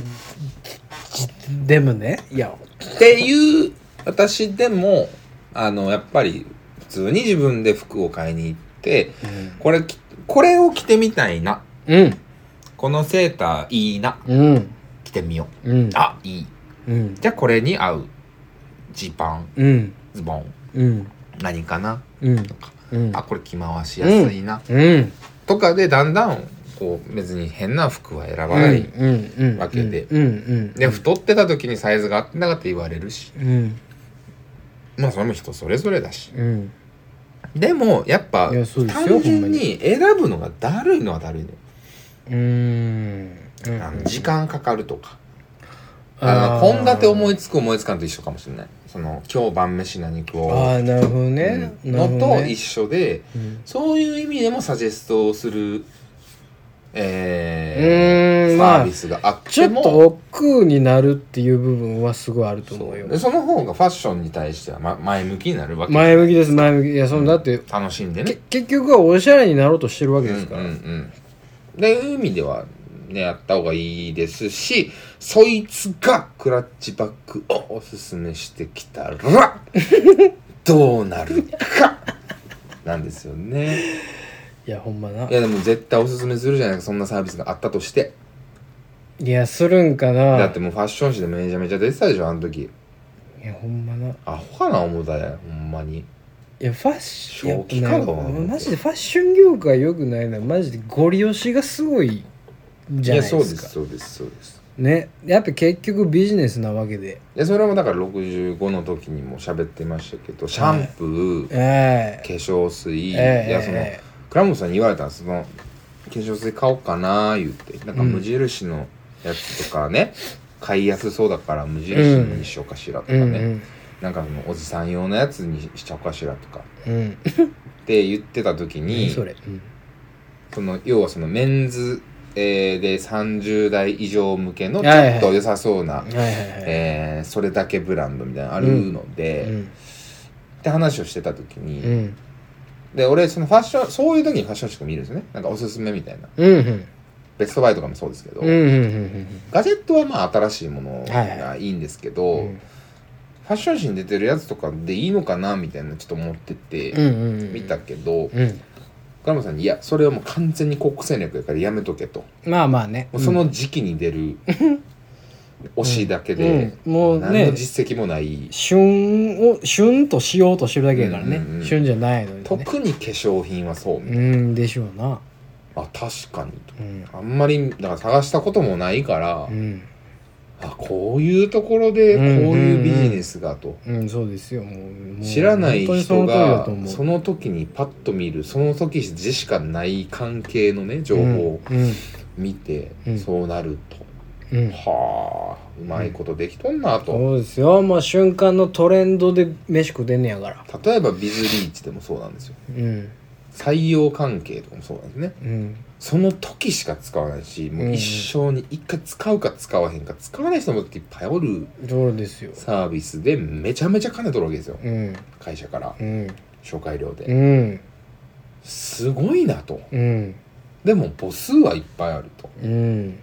[SPEAKER 2] でもね、いや、
[SPEAKER 1] っていう私でもあのやっぱり普通に自分で服を買いに行ってこれきこれを着てみたいなっ
[SPEAKER 2] うん
[SPEAKER 1] このセーターいいな
[SPEAKER 2] うん
[SPEAKER 1] 着てみよう
[SPEAKER 2] うん
[SPEAKER 1] あいい
[SPEAKER 2] うん
[SPEAKER 1] じゃあこれに合うジーパン
[SPEAKER 2] うん
[SPEAKER 1] ズボン
[SPEAKER 2] うん
[SPEAKER 1] 何かな
[SPEAKER 2] うん
[SPEAKER 1] とか
[SPEAKER 2] うん
[SPEAKER 1] あこれ着回しやすいな、
[SPEAKER 2] うん
[SPEAKER 1] とかでだんだんこう別に変な服は選ばない、
[SPEAKER 2] うん
[SPEAKER 1] わけで
[SPEAKER 2] うんうん
[SPEAKER 1] で太ってた時にサイズが合ってなかった言われるし
[SPEAKER 2] うん
[SPEAKER 1] まあそれも人それぞれだし
[SPEAKER 2] うん
[SPEAKER 1] でもやっぱ
[SPEAKER 2] いやそうですよ
[SPEAKER 1] 単純に選ぶのがだるいのはだるいね、
[SPEAKER 2] うん
[SPEAKER 1] あの時間かかるとか
[SPEAKER 2] あ
[SPEAKER 1] あ
[SPEAKER 2] ー
[SPEAKER 1] の献立思いつく思いつかんと一緒かもしれないその今日晩飯何食おう
[SPEAKER 2] ああなるほどね
[SPEAKER 1] うん
[SPEAKER 2] なるほ
[SPEAKER 1] の
[SPEAKER 2] ど
[SPEAKER 1] と
[SPEAKER 2] ね
[SPEAKER 1] 一緒で
[SPEAKER 2] うん
[SPEAKER 1] そういう意味でもサジェストをする、
[SPEAKER 2] う
[SPEAKER 1] え
[SPEAKER 2] ー
[SPEAKER 1] ー、
[SPEAKER 2] んまあ
[SPEAKER 1] サービスがあっ
[SPEAKER 2] ちょ
[SPEAKER 1] て
[SPEAKER 2] っ
[SPEAKER 1] も
[SPEAKER 2] と億劫になるっていう部分はすごいあると思うよ
[SPEAKER 1] そうでその方がファッションに対しては、ま、前向きになるわけ
[SPEAKER 2] 前向きです前向きいやそのだって
[SPEAKER 1] 楽しんで
[SPEAKER 2] け
[SPEAKER 1] ね
[SPEAKER 2] 結局はおしゃれになろうとしてるわ
[SPEAKER 1] う
[SPEAKER 2] け
[SPEAKER 1] んう
[SPEAKER 2] で
[SPEAKER 1] ん
[SPEAKER 2] すから
[SPEAKER 1] うんでいう意味ではねやった方がいいですしそいつがクラッチバッグをおすすめしてきた らどうなるかなんですよね
[SPEAKER 2] いやほんまない
[SPEAKER 1] やでも絶対おすすめするじゃないかそんなサービスがあったとして
[SPEAKER 2] いやするんかな
[SPEAKER 1] だってもうファッション誌でめちゃめちゃ出てたでしょあの時
[SPEAKER 2] いやほんまない
[SPEAKER 1] アホかな思うたやほんまに
[SPEAKER 2] やファッション
[SPEAKER 1] 正気か
[SPEAKER 2] いや
[SPEAKER 1] どうなの
[SPEAKER 2] マジでファッション業界良くないなマジでゴリ押しがすごいじゃない
[SPEAKER 1] やそうで
[SPEAKER 2] で
[SPEAKER 1] すす
[SPEAKER 2] か
[SPEAKER 1] そうですそうです
[SPEAKER 2] ねやっぱ結局ビジネスなわけで
[SPEAKER 1] でそれもだから65の時にも喋ってましたけどシャンプー、
[SPEAKER 2] ええ
[SPEAKER 1] 化粧水、
[SPEAKER 2] え
[SPEAKER 1] いやその、
[SPEAKER 2] え
[SPEAKER 1] 倉本さんに言われたんですその化粧水買おうかな言ってなんか
[SPEAKER 2] うん
[SPEAKER 1] 無印のやつとかね、買いやすそうだから無印のにしようかしらとかね、
[SPEAKER 2] うんうん
[SPEAKER 1] なんかそのおじさん用のやつにしちゃおうかしらとか
[SPEAKER 2] うん
[SPEAKER 1] って言ってた時に
[SPEAKER 2] 何それうん
[SPEAKER 1] その要はそのメンズ、えーで30代以上向けのちょ
[SPEAKER 2] はいはい
[SPEAKER 1] っと良さそうな、
[SPEAKER 2] はいはいはい
[SPEAKER 1] えーそれだけブランドみたいなのあるので、
[SPEAKER 2] うん
[SPEAKER 1] って話をしてた時に、
[SPEAKER 2] うん
[SPEAKER 1] で俺そのファッションそういう時にファッション誌とか見るんですよねなんかおすすめみたいな
[SPEAKER 2] うんうん
[SPEAKER 1] ベストバイとかもそうですけど、
[SPEAKER 2] うんうんうん
[SPEAKER 1] ガジェットはまあ新しいもの
[SPEAKER 2] はい
[SPEAKER 1] が
[SPEAKER 2] はい
[SPEAKER 1] いんですけ
[SPEAKER 2] う
[SPEAKER 1] ど、
[SPEAKER 2] ん
[SPEAKER 1] ファッション誌に出てるやつとかでいいのかなみたいなちょっと思って
[SPEAKER 2] う
[SPEAKER 1] て
[SPEAKER 2] んうんうん
[SPEAKER 1] 見たけど
[SPEAKER 2] うん
[SPEAKER 1] 倉本さんに「いやそれはもう完全に国戦略やからやめとけ」と。
[SPEAKER 2] まあまあね
[SPEAKER 1] もうその時期に出る推しだけで、
[SPEAKER 2] うんもうね
[SPEAKER 1] 何の実績もない、
[SPEAKER 2] 旬を旬としようとしてるだけやからね、
[SPEAKER 1] うんうんうん
[SPEAKER 2] 旬じゃないのにね
[SPEAKER 1] 特に化粧品はそう、
[SPEAKER 2] うんでしょうな
[SPEAKER 1] あ確かにと
[SPEAKER 2] うん、
[SPEAKER 1] あんまりだから探したこともないから、
[SPEAKER 2] うん
[SPEAKER 1] あこういうところで
[SPEAKER 2] う
[SPEAKER 1] こ
[SPEAKER 2] ん
[SPEAKER 1] う
[SPEAKER 2] うんうん
[SPEAKER 1] いうビジネスがと、
[SPEAKER 2] うん、そうですよもうもう
[SPEAKER 1] 知らない
[SPEAKER 2] 本当
[SPEAKER 1] 人
[SPEAKER 2] にその通りだ
[SPEAKER 1] が
[SPEAKER 2] と思う
[SPEAKER 1] その時にパッと見るその時でしかない関係のね情報を
[SPEAKER 2] うん
[SPEAKER 1] 見て、
[SPEAKER 2] うん
[SPEAKER 1] そうなると、
[SPEAKER 2] うん、うん
[SPEAKER 1] はあうまいことできとんなと、
[SPEAKER 2] そうですよもう瞬間のトレンドで飯食うてんねやから
[SPEAKER 1] 例えばビズリーチでもそうなんですよ
[SPEAKER 2] うん
[SPEAKER 1] 採用関係とかもそうなんですね
[SPEAKER 2] うん
[SPEAKER 1] その時しか使わないしも
[SPEAKER 2] う
[SPEAKER 1] うん一生に一回使うか使わへんか使わない人もいっぱいおる
[SPEAKER 2] そうですよ
[SPEAKER 1] サービスでめちゃめちゃ金取るわけですよ
[SPEAKER 2] うん
[SPEAKER 1] 会社から
[SPEAKER 2] うん
[SPEAKER 1] 紹介料
[SPEAKER 2] う
[SPEAKER 1] で
[SPEAKER 2] ん
[SPEAKER 1] すごいなと
[SPEAKER 2] うん
[SPEAKER 1] でも母数はいっぱいあると
[SPEAKER 2] うん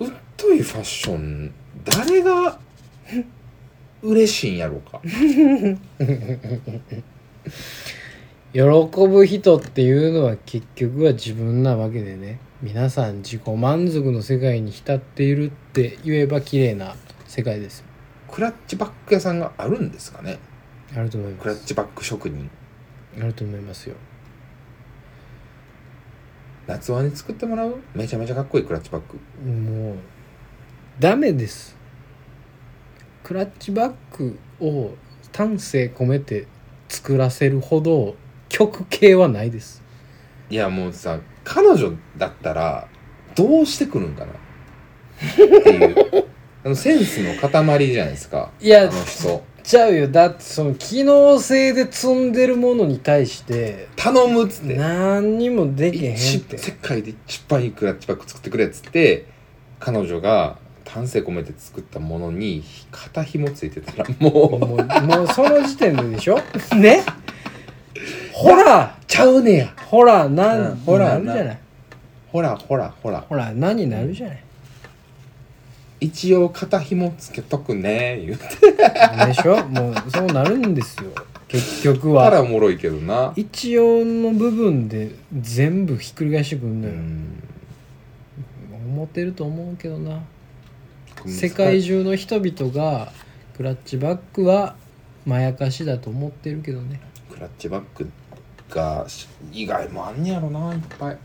[SPEAKER 1] うっといファッション誰が嬉しいんやろうか
[SPEAKER 2] 喜ぶ人っていうのは結局は自分なわけでね皆さん自己満足の世界に浸っているって言えば綺麗な世界ですよ
[SPEAKER 1] クラッチバッグ屋さんがあるんですかね
[SPEAKER 2] あると思いま
[SPEAKER 1] クラッ
[SPEAKER 2] す
[SPEAKER 1] チバッグ職人
[SPEAKER 2] あると思いますよ
[SPEAKER 1] 夏場に作ってもらうめちゃめちゃかっこいいクラッチバッグ
[SPEAKER 2] もうダメですクラッチバッグを丹精込めて作らせるほど曲系はないです
[SPEAKER 1] いやもうさ彼女だったらどうしてくるんかなっていうあのセンスの塊じゃないですか
[SPEAKER 2] い
[SPEAKER 1] あ
[SPEAKER 2] や
[SPEAKER 1] の人
[SPEAKER 2] ちゃうよだってその機能性で積んでるものに対して
[SPEAKER 1] 頼むっつって
[SPEAKER 2] 何にもできへんっ
[SPEAKER 1] 一
[SPEAKER 2] て
[SPEAKER 1] 世界で一番いいクラッチバッグ作ってくれっつって彼女が丹精込めて作ったものに肩紐ついてたらもう
[SPEAKER 2] もうもうその時点で でしょねほら
[SPEAKER 1] ちゃうねや
[SPEAKER 2] ほらなん、
[SPEAKER 1] うん
[SPEAKER 2] ほら
[SPEAKER 1] う
[SPEAKER 2] なる
[SPEAKER 1] ん
[SPEAKER 2] じゃない
[SPEAKER 1] ほらほらほら
[SPEAKER 2] ほら何になるじゃない、
[SPEAKER 1] 一応肩紐つけとくね言うて
[SPEAKER 2] でしょもうそうなるんですよ結局
[SPEAKER 1] たら
[SPEAKER 2] は
[SPEAKER 1] おもろいけどな
[SPEAKER 2] 一音の部分で全部ひっくり返してくん
[SPEAKER 1] う
[SPEAKER 2] のよ、
[SPEAKER 1] ん
[SPEAKER 2] 思ってると思うけどな世界中の人々がクラッチバックはまやかしだと思ってるけどね
[SPEAKER 1] クラッチバックが以外もあんねやろないっぱい、い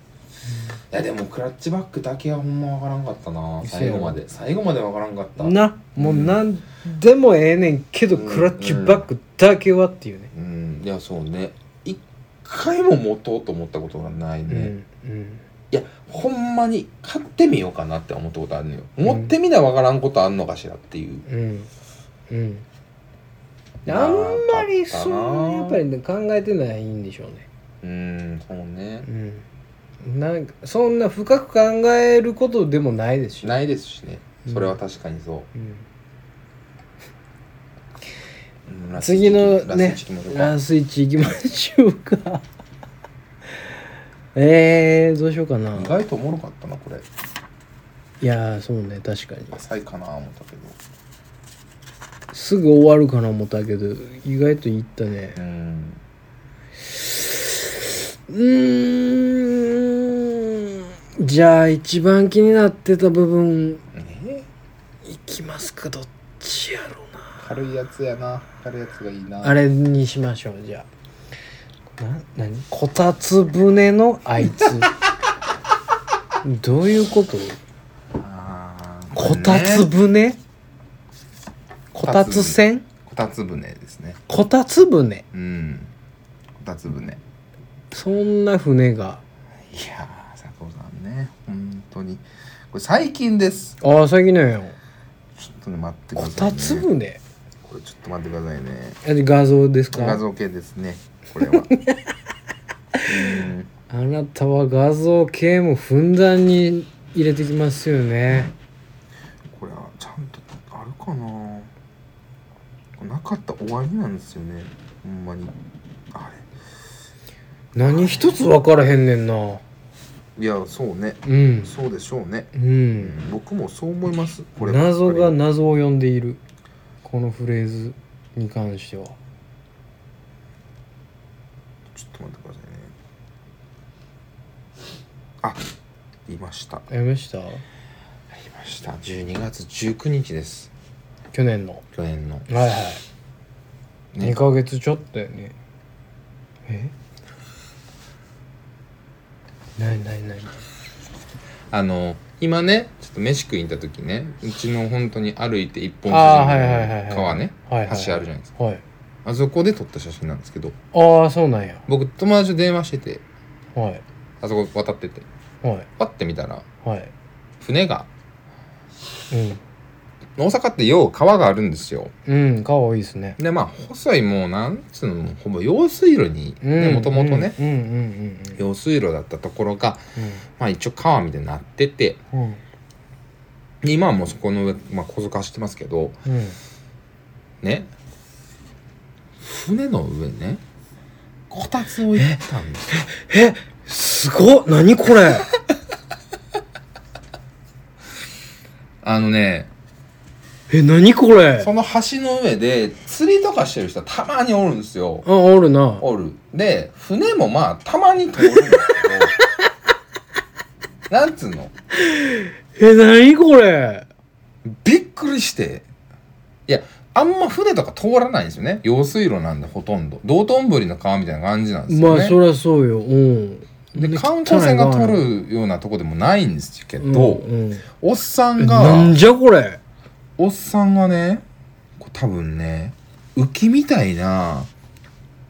[SPEAKER 1] やでもクラッチバックだけはほんまわからんかったな
[SPEAKER 2] せ
[SPEAKER 1] 最
[SPEAKER 2] やろ
[SPEAKER 1] 後まで最後までわからんかった
[SPEAKER 2] なもううん何でもええねんけど
[SPEAKER 1] うん
[SPEAKER 2] クラッチバックだけはっていうね
[SPEAKER 1] うんいやそうね一回も持とうと思ったことがないうね、
[SPEAKER 2] んうん
[SPEAKER 1] いやほんまに買ってみようかなって思ったことあるのよ持ってみなわからんことあんのかしらっていう、
[SPEAKER 2] うんうん
[SPEAKER 1] なか
[SPEAKER 2] あ
[SPEAKER 1] った
[SPEAKER 2] ん
[SPEAKER 1] な
[SPEAKER 2] まりそのやっぱりね考えてないんでしょうね
[SPEAKER 1] うんそうね
[SPEAKER 2] うんなんかそんな深く考えることでもないですしね
[SPEAKER 1] ないですしね
[SPEAKER 2] うん
[SPEAKER 1] それは確かにそう、
[SPEAKER 2] う
[SPEAKER 1] う
[SPEAKER 2] ん
[SPEAKER 1] んラス
[SPEAKER 2] 次の
[SPEAKER 1] 一期
[SPEAKER 2] ね
[SPEAKER 1] ラス一期もそうか
[SPEAKER 2] ラスイチ行きましょうか えー、どうしようかな
[SPEAKER 1] 意外とおもろかったなこれ
[SPEAKER 2] いやーそうね確かに
[SPEAKER 1] 浅いかな思ったけど
[SPEAKER 2] すぐ終わるかな思ったけど意外といったね
[SPEAKER 1] うん
[SPEAKER 2] うーんじゃあ一番気になってた部分
[SPEAKER 1] ね
[SPEAKER 2] いきますかどっちやろうな
[SPEAKER 1] 軽いやつやな軽いやつがいいな
[SPEAKER 2] あれにしましょうじゃあな何こたつ船のあいつ どういうこと
[SPEAKER 1] あー
[SPEAKER 2] こたつ
[SPEAKER 1] ね
[SPEAKER 2] 船、こたつ船
[SPEAKER 1] こたつ船ですね
[SPEAKER 2] こたつ船
[SPEAKER 1] うんこたつ船い
[SPEAKER 2] そんな船が
[SPEAKER 1] やー佐藤さんね本当にこれ最近です
[SPEAKER 2] ああ最近なん
[SPEAKER 1] ち
[SPEAKER 2] や
[SPEAKER 1] ょっとね待ってくだ
[SPEAKER 2] こ
[SPEAKER 1] さい、ね、
[SPEAKER 2] たつ船
[SPEAKER 1] これちょっと待ってくださいね
[SPEAKER 2] え画像ですか
[SPEAKER 1] 画像系ですねこれは うん
[SPEAKER 2] あなたは画像系もふんだんに入れてきますよね
[SPEAKER 1] これはちゃんとあるかなこれなかったら終わりなんですよねほんまにあ
[SPEAKER 2] 何一つ分からへんねんな
[SPEAKER 1] れいやそうね
[SPEAKER 2] うん
[SPEAKER 1] そうでしょうね、
[SPEAKER 2] う
[SPEAKER 1] うんん、僕もそう思いますこればっかり
[SPEAKER 2] 謎が謎を呼んでいるこのフレーズに関しては
[SPEAKER 1] ちょっと待ってくださいねあいましたあ
[SPEAKER 2] やめました
[SPEAKER 1] りました12月19日です
[SPEAKER 2] 去年の
[SPEAKER 1] 去年の
[SPEAKER 2] はいはい
[SPEAKER 1] ね
[SPEAKER 2] 2ヶ月ちょっとやねえないないない
[SPEAKER 1] あの今ねちょっと飯食いに行った時ねうちの本当に歩いて一本
[SPEAKER 2] あーはいはいは
[SPEAKER 1] 筋
[SPEAKER 2] いはい
[SPEAKER 1] の川ね
[SPEAKER 2] はいはいはい
[SPEAKER 1] 橋あるじゃないですか
[SPEAKER 2] はい
[SPEAKER 1] あそこで撮った写真なんですけど
[SPEAKER 2] ああそうなんや
[SPEAKER 1] 僕友達と電話してて
[SPEAKER 2] はい
[SPEAKER 1] あそこ渡ってて
[SPEAKER 2] はい
[SPEAKER 1] パッて見たら
[SPEAKER 2] はい
[SPEAKER 1] 船が
[SPEAKER 2] うん
[SPEAKER 1] 大阪ってよう川があるんですよ
[SPEAKER 2] うん、顔多いですね。
[SPEAKER 1] でまあ細いもうなんつうのもうほぼ用水路にもともとね。
[SPEAKER 2] うんうんうん
[SPEAKER 1] 用水路だったところがまあ一応川みたいになってて
[SPEAKER 2] うん。うん。
[SPEAKER 1] で今はもうそこの上、まあ、小塚走ってますけど
[SPEAKER 2] うん。
[SPEAKER 1] ね船の上ねこたつを置いてたんですよ
[SPEAKER 2] え、すごっ何こ れ
[SPEAKER 1] あのね
[SPEAKER 2] え、何こ れ
[SPEAKER 1] その橋の上で釣りとかしてる人はたまにおるんですよ
[SPEAKER 2] あ、おるな。
[SPEAKER 1] おるで船もまあたまに通るんですけ どなんつうの
[SPEAKER 2] え、何これ
[SPEAKER 1] びっくりしていやあんま船とか通らないんですよね用水路なんでほとんど道頓堀の川みたいな感じなんですよ
[SPEAKER 2] ま
[SPEAKER 1] ね、
[SPEAKER 2] あ、そりゃそうよ。うん。
[SPEAKER 1] で観光船が通るようなとこでもないんですけ
[SPEAKER 2] と
[SPEAKER 1] ど、
[SPEAKER 2] うんうん
[SPEAKER 1] おっさ
[SPEAKER 2] え
[SPEAKER 1] ん
[SPEAKER 2] な
[SPEAKER 1] が
[SPEAKER 2] んじゃこれ
[SPEAKER 1] おっさんがねこう多分ね浮きみたいな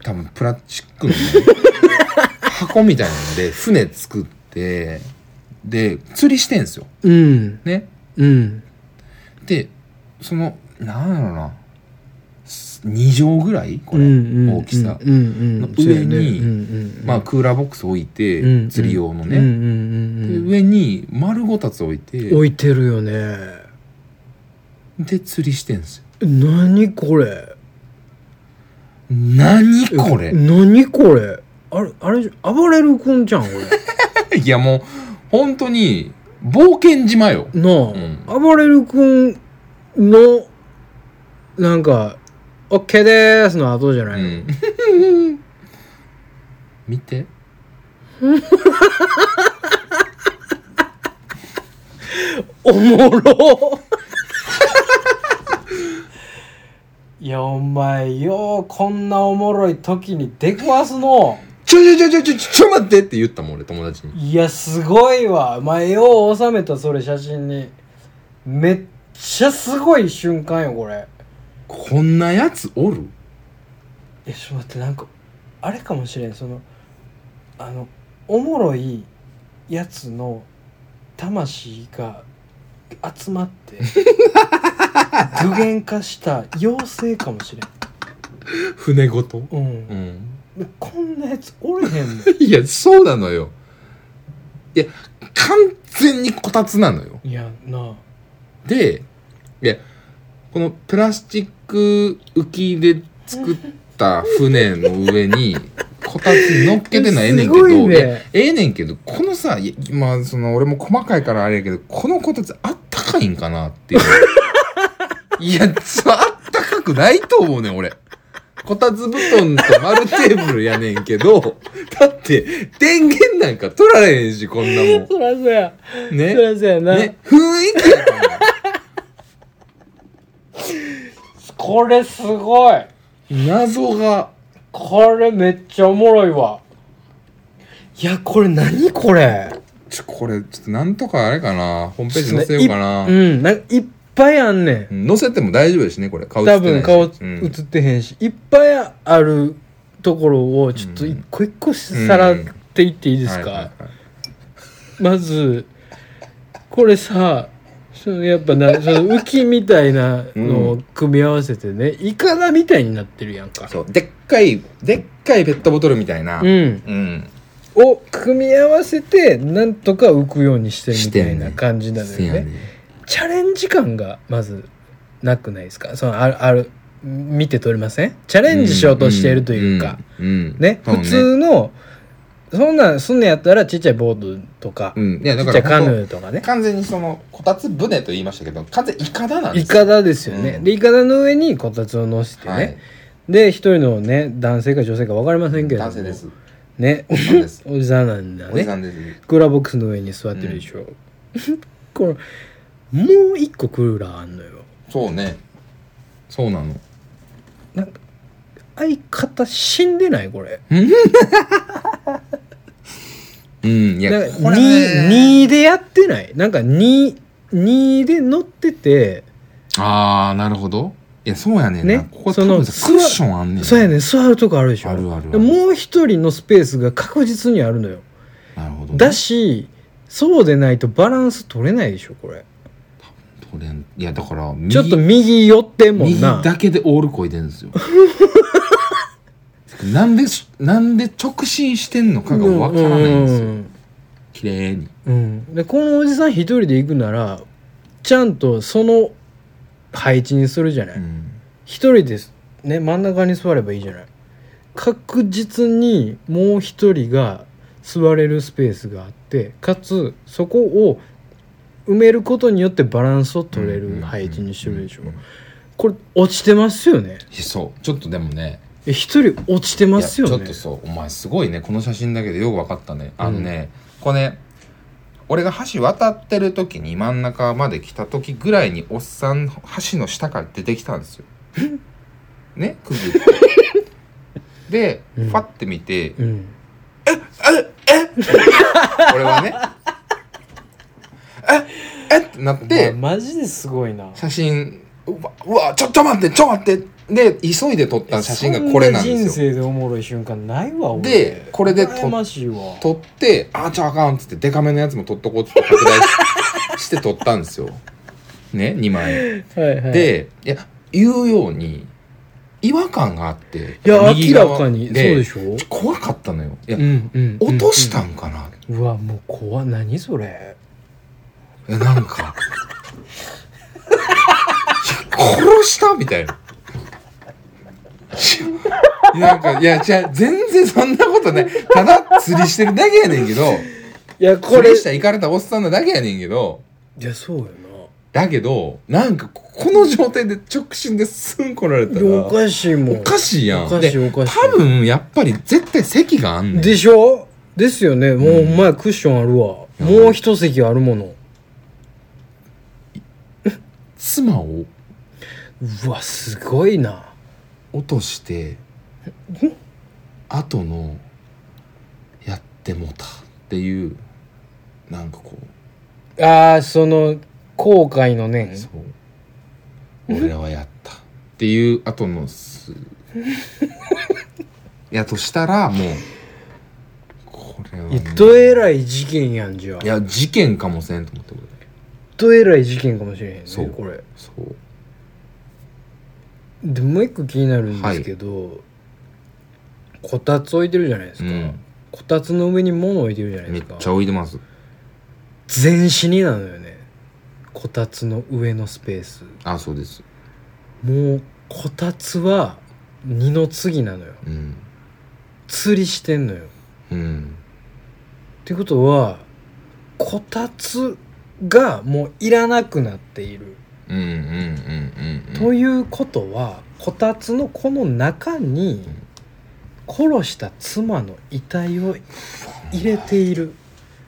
[SPEAKER 1] 多分プラスチックの、 ね、箱みたいなので船作ってで釣りしてんですよ
[SPEAKER 2] うん。
[SPEAKER 1] ね
[SPEAKER 2] うん。
[SPEAKER 1] でそのなんやろなす2畳ぐらいこれ、
[SPEAKER 2] うんうん
[SPEAKER 1] 大きさ
[SPEAKER 2] うんうん。
[SPEAKER 1] の
[SPEAKER 2] そうやね
[SPEAKER 1] 上に
[SPEAKER 2] うんうん
[SPEAKER 1] まあクーラーボックス置いて、
[SPEAKER 2] うん
[SPEAKER 1] 釣り用の
[SPEAKER 2] うんう
[SPEAKER 1] ね、
[SPEAKER 2] んうんうん
[SPEAKER 1] で上に丸ごたつ置いて
[SPEAKER 2] 置いてるよね。
[SPEAKER 1] で釣りしてんですよ
[SPEAKER 2] 何これ
[SPEAKER 1] 何これ
[SPEAKER 2] 何これあれあれじゃ暴れる君じゃんこれ
[SPEAKER 1] いやもう本当に冒険島よ
[SPEAKER 2] なあ、
[SPEAKER 1] ん
[SPEAKER 2] 暴れる君のなんか「OK でーす」の後じゃ
[SPEAKER 1] う
[SPEAKER 2] ないの、
[SPEAKER 1] ん 見て
[SPEAKER 2] おもろ いやお前ようこんなおもろい時に出くわすの
[SPEAKER 1] ちょちょちょちょちょちょ待ってって言ったもん俺友達に
[SPEAKER 2] いやすごいわお前よう収めたそれ写真にめっちゃすごい瞬間よこれ
[SPEAKER 1] こんなやつおる
[SPEAKER 2] えちょっと待ってなんかあれかもしれんそのあのおもろいやつの魂が集まって 具現化した妖精かもしれ
[SPEAKER 1] 船ごと
[SPEAKER 2] んうん
[SPEAKER 1] うん
[SPEAKER 2] こんなやつおれへんもん
[SPEAKER 1] いやそうなのよいや完全にこたつなのよ
[SPEAKER 2] いやな
[SPEAKER 1] でいやこのプラスチック浮きで作った船の上にこたつ乗っけてないええねんけど
[SPEAKER 2] すごい
[SPEAKER 1] い
[SPEAKER 2] ね
[SPEAKER 1] やええねんけどこのさいやまあその俺も細かいからあれやけどこのこたつあったかいんかな っていういやそうあったかくないと思うねん俺。こたつ布団と丸テーブルやねんけど、だって、電源なんか取られへんし、こんなもん。
[SPEAKER 2] そらそや、
[SPEAKER 1] ね。
[SPEAKER 2] そらそやな、
[SPEAKER 1] ね、雰囲気やから。
[SPEAKER 2] これすごい
[SPEAKER 1] 謎が
[SPEAKER 2] これめっちゃおもろいわいやこれ何これ
[SPEAKER 1] ちょこれちょっとなんとかあれかなホームページ載せようかな、
[SPEAKER 2] いうんなんかいっぱいあんねん
[SPEAKER 1] うん載せても大丈夫ですねこれ顔
[SPEAKER 2] 多
[SPEAKER 1] 写ってな
[SPEAKER 2] 分
[SPEAKER 1] いし
[SPEAKER 2] 顔映
[SPEAKER 1] うん
[SPEAKER 2] ってへんし、いっぱいあるところをちょっと一個一個さらっていっていいです
[SPEAKER 1] はい
[SPEAKER 2] か、
[SPEAKER 1] はいはい
[SPEAKER 2] まずこれさそのやっ ぱなその浮きみたいなのを組み合わせてね、イカダみたいになってるやんか
[SPEAKER 1] そうでっかいでっかいペットボトルみたいな
[SPEAKER 2] う、ん、
[SPEAKER 1] うん
[SPEAKER 2] を組み合わせてなんとか浮くようにしてるみたいな感じなのよ
[SPEAKER 1] せや
[SPEAKER 2] ね
[SPEAKER 1] ね
[SPEAKER 2] チャレンジ感がまずなくないですかそのあるある見て取れませんチャレンジしようとしているというか、、
[SPEAKER 1] うんうん
[SPEAKER 2] ね、
[SPEAKER 1] そう
[SPEAKER 2] 普通のそんなんすんねやったらちっちゃいボードとか、
[SPEAKER 1] うんいやだ
[SPEAKER 2] ち
[SPEAKER 1] か
[SPEAKER 2] っちゃ
[SPEAKER 1] ら
[SPEAKER 2] いカヌ
[SPEAKER 1] 本
[SPEAKER 2] ーとか
[SPEAKER 1] 当
[SPEAKER 2] ね
[SPEAKER 1] 完全にそのこたつ船と言いましたけど完全イカダなんで
[SPEAKER 2] イ
[SPEAKER 1] すよ
[SPEAKER 2] カダですよね、
[SPEAKER 1] うん
[SPEAKER 2] でイカダの上にこたつを乗せてね、
[SPEAKER 1] はい、
[SPEAKER 2] で一人のね男性か女性か分かりませんけれども
[SPEAKER 1] 男性です
[SPEAKER 2] ね
[SPEAKER 1] おじさんです
[SPEAKER 2] おじさんなんだ
[SPEAKER 1] おじ
[SPEAKER 2] ね
[SPEAKER 1] さんです、
[SPEAKER 2] クーラーボックスの上に座ってるでしょ、これもう一個クーラーあんのよ
[SPEAKER 1] そうねそうなの
[SPEAKER 2] なんか相方死んでないこれ
[SPEAKER 1] うんいや
[SPEAKER 2] なん
[SPEAKER 1] こ
[SPEAKER 2] か
[SPEAKER 1] れね
[SPEAKER 2] 2でやってないなんか22で乗ってて
[SPEAKER 1] ああなるほどいやそうやねんな、
[SPEAKER 2] ね
[SPEAKER 1] ここ
[SPEAKER 2] そ
[SPEAKER 1] そ
[SPEAKER 2] の
[SPEAKER 1] のクッションあんねん
[SPEAKER 2] そうやねん座るとこあるでしょ
[SPEAKER 1] あるあるある
[SPEAKER 2] でもう一人のスペースが確実にあるのよ
[SPEAKER 1] なるほど、ね、
[SPEAKER 2] だしそうでないとバランス取れないでしょこれ
[SPEAKER 1] 当然いやだから
[SPEAKER 2] ちょっと
[SPEAKER 1] 右
[SPEAKER 2] 右寄ってんもん
[SPEAKER 1] 右
[SPEAKER 2] な
[SPEAKER 1] だけでオールこいでんですよ なんでしなんで直進してんのかがわからないんです
[SPEAKER 2] う
[SPEAKER 1] よ
[SPEAKER 2] ん
[SPEAKER 1] 綺麗に
[SPEAKER 2] うんうんでこのおじさん一人で行くならちゃんとその配置にするじゃない、
[SPEAKER 1] うん
[SPEAKER 2] 一人ですね真ん中に座ればいいじゃない確実にもう一人が座れるスペースがあってかつそこを埋めることによってバランスを取れる配置にしてるでしょ
[SPEAKER 1] うんうんうん
[SPEAKER 2] これ落ちてますよね
[SPEAKER 1] いやそうちょっとでもね
[SPEAKER 2] え一人落ちてますよ
[SPEAKER 1] いやちょっ
[SPEAKER 2] ね
[SPEAKER 1] とそうお前すごいねこの写真だけでよく分かったねあのね、これね俺が橋渡ってる時に真ん中まで来た時ぐらいにおっさん橋の下から出てきたんですよ。ねくぐって。で、
[SPEAKER 2] うん
[SPEAKER 1] パッて見て、
[SPEAKER 2] うん
[SPEAKER 1] 俺はね「ええっ?」てなって
[SPEAKER 2] マジですごいな
[SPEAKER 1] 写真「うわうわちょちょ待ってちょ待って」で急いで撮った写真がこれなん
[SPEAKER 2] そ
[SPEAKER 1] ですよ。
[SPEAKER 2] 人生でおもろい瞬間ないわ俺
[SPEAKER 1] でこれで撮
[SPEAKER 2] 羨ましいわ
[SPEAKER 1] 撮って「あーちゃああかん」っつってデカめのやつも撮っとこうっつって拡大しして撮ったんですよ。ね2枚。
[SPEAKER 2] はいはい
[SPEAKER 1] でいや言うように違和感があって
[SPEAKER 2] いや
[SPEAKER 1] 右
[SPEAKER 2] 明
[SPEAKER 1] 側
[SPEAKER 2] らかにそう
[SPEAKER 1] で
[SPEAKER 2] でしょ
[SPEAKER 1] ちょ怖かったのよ。いや、
[SPEAKER 2] うんうん
[SPEAKER 1] 落としたんかな、
[SPEAKER 2] うんうわもう怖い何それ
[SPEAKER 1] えなんかいや殺したみたいな。いやなんかいやじゃ全然そんなことないただ釣りしてるだけやねんけど
[SPEAKER 2] いや
[SPEAKER 1] こ
[SPEAKER 2] こ
[SPEAKER 1] れ
[SPEAKER 2] れ
[SPEAKER 1] したら行かれたおっさんなだけやねんけど
[SPEAKER 2] いやそうよ
[SPEAKER 1] だけどなんかこの状態で直進ですん来られたら
[SPEAKER 2] おかしいもん
[SPEAKER 1] おかしいやん
[SPEAKER 2] おかしい
[SPEAKER 1] で
[SPEAKER 2] おかしい
[SPEAKER 1] 多分やっぱり絶対席があんねん
[SPEAKER 2] でしょですよねもう、
[SPEAKER 1] うん
[SPEAKER 2] お前クッションあるわ、
[SPEAKER 1] うん
[SPEAKER 2] もう一席あるもの
[SPEAKER 1] 妻を
[SPEAKER 2] うわすごいな
[SPEAKER 1] 落として後のやってもうたっていうなんかこう
[SPEAKER 2] ああその後悔の念
[SPEAKER 1] そう俺らはやったっていう後の すやとしたらもうこれはもう
[SPEAKER 2] いっとえらい事件やんじゃあ
[SPEAKER 1] いや事件かもせんと思って俺
[SPEAKER 2] やっとえらい事件かもしれへんね
[SPEAKER 1] そう
[SPEAKER 2] これ
[SPEAKER 1] そう
[SPEAKER 2] でもう一個気になるんですけど、こたつ置いてるじゃないですか、
[SPEAKER 1] うん
[SPEAKER 2] こたつの上に物置いてるじゃない
[SPEAKER 1] め
[SPEAKER 2] で
[SPEAKER 1] っ
[SPEAKER 2] すか
[SPEAKER 1] ちゃ置いてます
[SPEAKER 2] 全死になのよねこたつの上のスペース
[SPEAKER 1] あそうです
[SPEAKER 2] もうこたつは二の次なのよ
[SPEAKER 1] うん
[SPEAKER 2] 釣りしてんのよっ
[SPEAKER 1] うん
[SPEAKER 2] てことはこたつがもういらなくなっている、
[SPEAKER 1] うんうんうんうん
[SPEAKER 2] と
[SPEAKER 1] うん
[SPEAKER 2] いうことはこたつのこの中に
[SPEAKER 1] ん
[SPEAKER 2] 殺した妻の遺体を入れている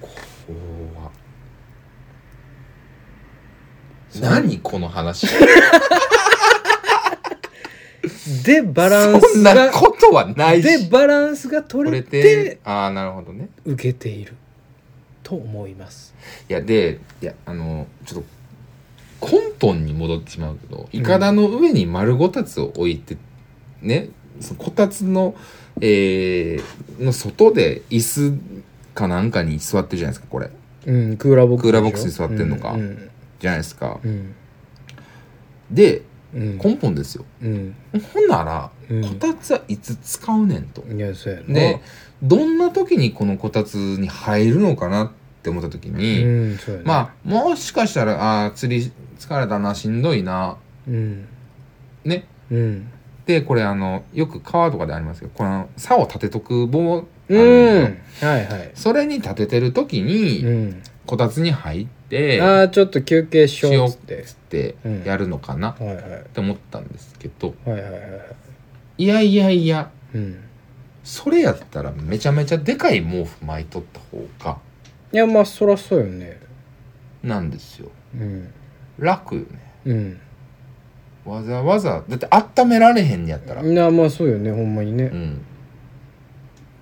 [SPEAKER 1] 怖っ何この話
[SPEAKER 2] でバラン
[SPEAKER 1] そ
[SPEAKER 2] ス
[SPEAKER 1] んな
[SPEAKER 2] が
[SPEAKER 1] ことはない
[SPEAKER 2] で
[SPEAKER 1] し
[SPEAKER 2] バランスが取
[SPEAKER 1] こ
[SPEAKER 2] れ
[SPEAKER 1] れ
[SPEAKER 2] て
[SPEAKER 1] でああなるほどね
[SPEAKER 2] 受けていると思います
[SPEAKER 1] いやでいやあのちょっと根本に戻ってしまうけどいかだの上に丸ごたつを置いて、ねそのこたつの,、えー、の外で椅子かなんかに座ってるじゃないですかこれ
[SPEAKER 2] うんクーラーボックス
[SPEAKER 1] ク
[SPEAKER 2] でしょ
[SPEAKER 1] ーラーボックスに座ってんのか
[SPEAKER 2] うん
[SPEAKER 1] じゃないですか
[SPEAKER 2] うん
[SPEAKER 1] で
[SPEAKER 2] うん
[SPEAKER 1] 根本ですよ
[SPEAKER 2] うん
[SPEAKER 1] ほんなら
[SPEAKER 2] うん
[SPEAKER 1] こたつはいつ使うねんと。
[SPEAKER 2] いやそうやな
[SPEAKER 1] でどんな時にこのこたつに入るのかなって思った時に、
[SPEAKER 2] うんそうやな
[SPEAKER 1] まあもしかしたらあー釣り疲れたなしんどいな
[SPEAKER 2] うん
[SPEAKER 1] ね
[SPEAKER 2] うん
[SPEAKER 1] でこれあのよく川とかでありますけどこの竿を立てとく棒ある
[SPEAKER 2] うん
[SPEAKER 1] ですよ
[SPEAKER 2] んはいはい
[SPEAKER 1] それに立ててる時に、
[SPEAKER 2] うん
[SPEAKER 1] こたつに入って
[SPEAKER 2] ああちょっと休憩しようっつって
[SPEAKER 1] つって
[SPEAKER 2] うん
[SPEAKER 1] やるのかなっ
[SPEAKER 2] はいはい
[SPEAKER 1] て思ったんですけど、
[SPEAKER 2] はいはいはいはい
[SPEAKER 1] いやいやいや
[SPEAKER 2] うん
[SPEAKER 1] それやったらめちゃめちゃでかい毛布巻いとった方が
[SPEAKER 2] いやまあそらそうよね
[SPEAKER 1] なんですよ
[SPEAKER 2] うん
[SPEAKER 1] 楽よね
[SPEAKER 2] うん
[SPEAKER 1] わざわざだって温められへんやったら、うん
[SPEAKER 2] なまあそうよねほんまにね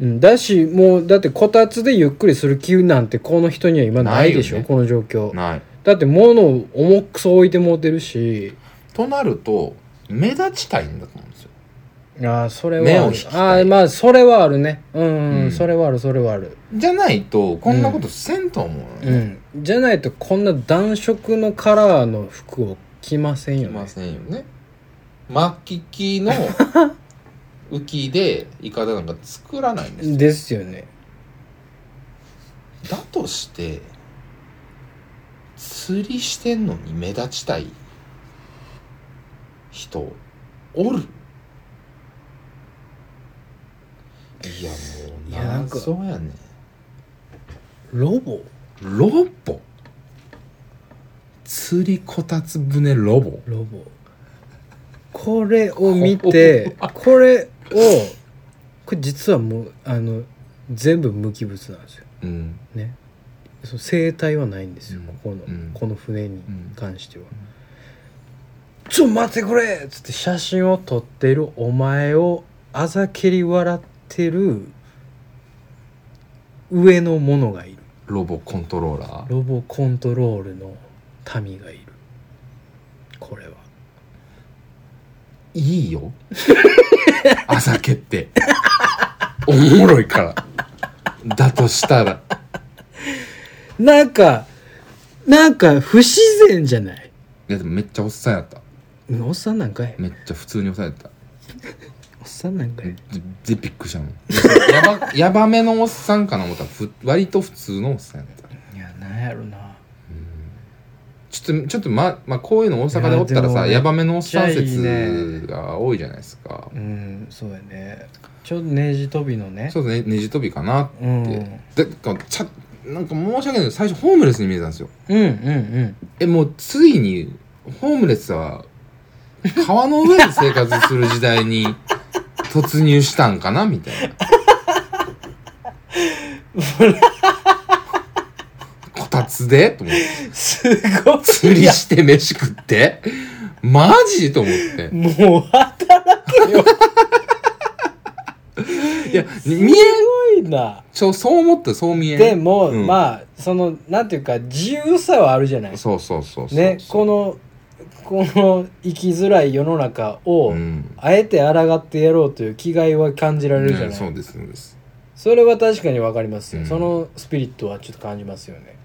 [SPEAKER 2] うん、だしもうだってこたつでゆっくりする気なんてこの人には今ないでしょ、
[SPEAKER 1] ないよね
[SPEAKER 2] この状況
[SPEAKER 1] ない
[SPEAKER 2] だって物を重くそ置いてもうてるし
[SPEAKER 1] となると目立ちたいんだと思うんですよ
[SPEAKER 2] ああそれは
[SPEAKER 1] 目を引き
[SPEAKER 2] あ
[SPEAKER 1] たい
[SPEAKER 2] あまあそれはあるねうん、
[SPEAKER 1] うん
[SPEAKER 2] それはあるそれはある
[SPEAKER 1] じゃないとこんなことせんと思うのよ
[SPEAKER 2] う
[SPEAKER 1] ね、
[SPEAKER 2] んじゃないとこんな暖色のカラーの服を着ませんよ
[SPEAKER 1] い
[SPEAKER 2] ね
[SPEAKER 1] ませんよね巻き木 の浮きでイカダなんか作らないんですよ
[SPEAKER 2] ですよね
[SPEAKER 1] だとして釣りしてんのに目立ちたい人おるいやもう
[SPEAKER 2] いやなんか
[SPEAKER 1] 謎やね
[SPEAKER 2] ロボ
[SPEAKER 1] ロボ釣りこたつ船ロボ
[SPEAKER 2] ロボこれを見てこれをこれ実はもうあの全部無機物なんですよ
[SPEAKER 1] うん
[SPEAKER 2] ね、その生態はないんですよ、
[SPEAKER 1] うん
[SPEAKER 2] ここの、
[SPEAKER 1] うん
[SPEAKER 2] この船に
[SPEAKER 1] うん
[SPEAKER 2] 関しては「ちょ待ってくれ!」っつって写真を撮ってるお前をあざけり笑ってる上の者がいる
[SPEAKER 1] ロボコントローラー
[SPEAKER 2] ロボコントロールの民がいるこれはい
[SPEAKER 1] い よあざけっておもろいからだとしたら
[SPEAKER 2] なんかなんか不自然じゃない
[SPEAKER 1] いやでもめっちゃおっさんやった
[SPEAKER 2] うんおっさんなんかい
[SPEAKER 1] めっちゃ普通に押されてた
[SPEAKER 2] おっさんなんかい
[SPEAKER 1] ででびっくりしたもんやば やばめのおっさんかな思ったらふ割と普通のおっさんやった
[SPEAKER 2] いやなんやろな
[SPEAKER 1] ちょっとちょっとままあこういうの大阪でおったら
[SPEAKER 2] いやでも
[SPEAKER 1] さ
[SPEAKER 2] ね
[SPEAKER 1] やばめのおっさん
[SPEAKER 2] めっちゃいい
[SPEAKER 1] 説が多いじゃないですか
[SPEAKER 2] うんそうやねちょっとネジ飛びのね
[SPEAKER 1] そうですねねじ飛びかなって、
[SPEAKER 2] うん
[SPEAKER 1] でこうちゃなんか申し訳ないけど最初ホームレスに見えたんですよ
[SPEAKER 2] うんうん
[SPEAKER 1] えもうついにホームレスは川の上で生活する時代に突入したんかなみたい なこたつでと思って
[SPEAKER 2] うんすごい
[SPEAKER 1] 釣りして飯食ってマジと思って
[SPEAKER 2] もう働けよ
[SPEAKER 1] いや
[SPEAKER 2] す
[SPEAKER 1] 見え
[SPEAKER 2] ごいな
[SPEAKER 1] ちょそう思ったそう見え
[SPEAKER 2] でも、
[SPEAKER 1] うん
[SPEAKER 2] まあそのなんていうか自由さはあるじゃない
[SPEAKER 1] そうそうそうそう
[SPEAKER 2] ねこのこの生きづらい世の中を、
[SPEAKER 1] うん
[SPEAKER 2] あえて抗ってやろうという気概は感じられるじゃない、
[SPEAKER 1] ねそうですそうです
[SPEAKER 2] それは確かにわかりますよ、
[SPEAKER 1] うん
[SPEAKER 2] そのスピリットはちょっと感じますよね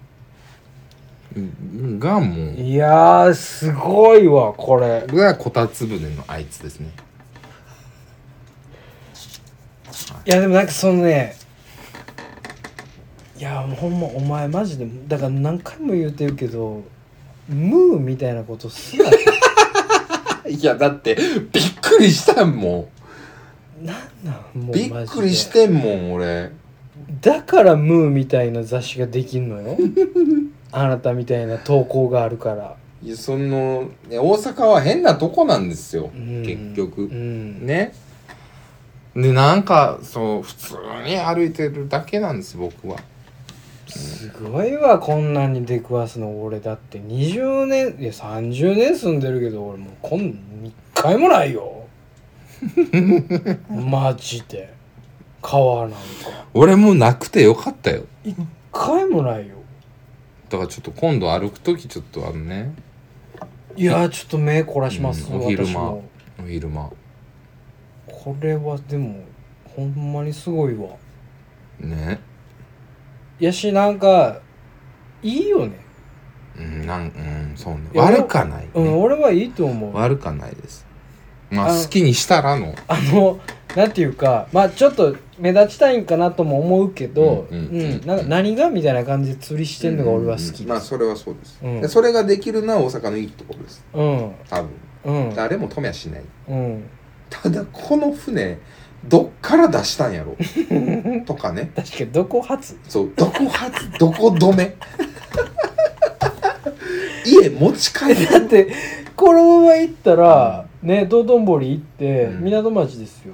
[SPEAKER 1] うんがもう
[SPEAKER 2] いやーすごいわこれ
[SPEAKER 1] 僕はこたつ船のあいつですね
[SPEAKER 2] いやでもなんかそのねいやもうほんまお前マジでだから何回も言うてるけどムーみたいなことすな
[SPEAKER 1] いやだってびっくりしたも
[SPEAKER 2] なん なんも
[SPEAKER 1] ん
[SPEAKER 2] う
[SPEAKER 1] びっくりしてんもん俺
[SPEAKER 2] だからムーみたいな雑誌ができん のよあなたみたいな投稿があるから、
[SPEAKER 1] いやそのね大阪は変なとこなんですよ
[SPEAKER 2] うん
[SPEAKER 1] 結局
[SPEAKER 2] うん
[SPEAKER 1] ねでなんかそう普通に歩いてるだけなんです僕は
[SPEAKER 2] すごいわこんなんに出くわすの俺だって20年いや30年住んでるけど俺もうこん1回もない よマジで川なんか
[SPEAKER 1] 俺もうなくてよかったよ
[SPEAKER 2] 1回もないよ
[SPEAKER 1] だからちょっと今度歩く時ちょっとあのね
[SPEAKER 2] いやちょっと目凝らします、
[SPEAKER 1] うんお昼間
[SPEAKER 2] 私も
[SPEAKER 1] お昼間
[SPEAKER 2] これはでもほんまにすごいわ
[SPEAKER 1] ね
[SPEAKER 2] いやしなんかいいよね
[SPEAKER 1] うんなんうんそうね
[SPEAKER 2] いや
[SPEAKER 1] 悪かない、ね
[SPEAKER 2] うん、俺はいいと思う。
[SPEAKER 1] 悪かないですま
[SPEAKER 2] あ
[SPEAKER 1] あ
[SPEAKER 2] の
[SPEAKER 1] 好きにしたらの
[SPEAKER 2] あの、なんていうか、まあちょっと目立ちたいんかなとも思うけど、
[SPEAKER 1] う
[SPEAKER 2] う
[SPEAKER 1] んんうんうん
[SPEAKER 2] なんか何がみたいな感じで釣りしてんのが俺は好き
[SPEAKER 1] うんまあそれはそうです、
[SPEAKER 2] うん
[SPEAKER 1] でそれができるのは大阪のいいところです
[SPEAKER 2] うん、
[SPEAKER 1] 多分
[SPEAKER 2] うん、
[SPEAKER 1] 誰も止めはしない
[SPEAKER 2] うん。
[SPEAKER 1] ただこの船どっから出したん やろとかね
[SPEAKER 2] 確かに、どこ発
[SPEAKER 1] そうどこ発どこ止め 家持ち帰る
[SPEAKER 2] だって、このまま行ったら、ね、道頓堀行って、
[SPEAKER 1] うん
[SPEAKER 2] 港町ですよ。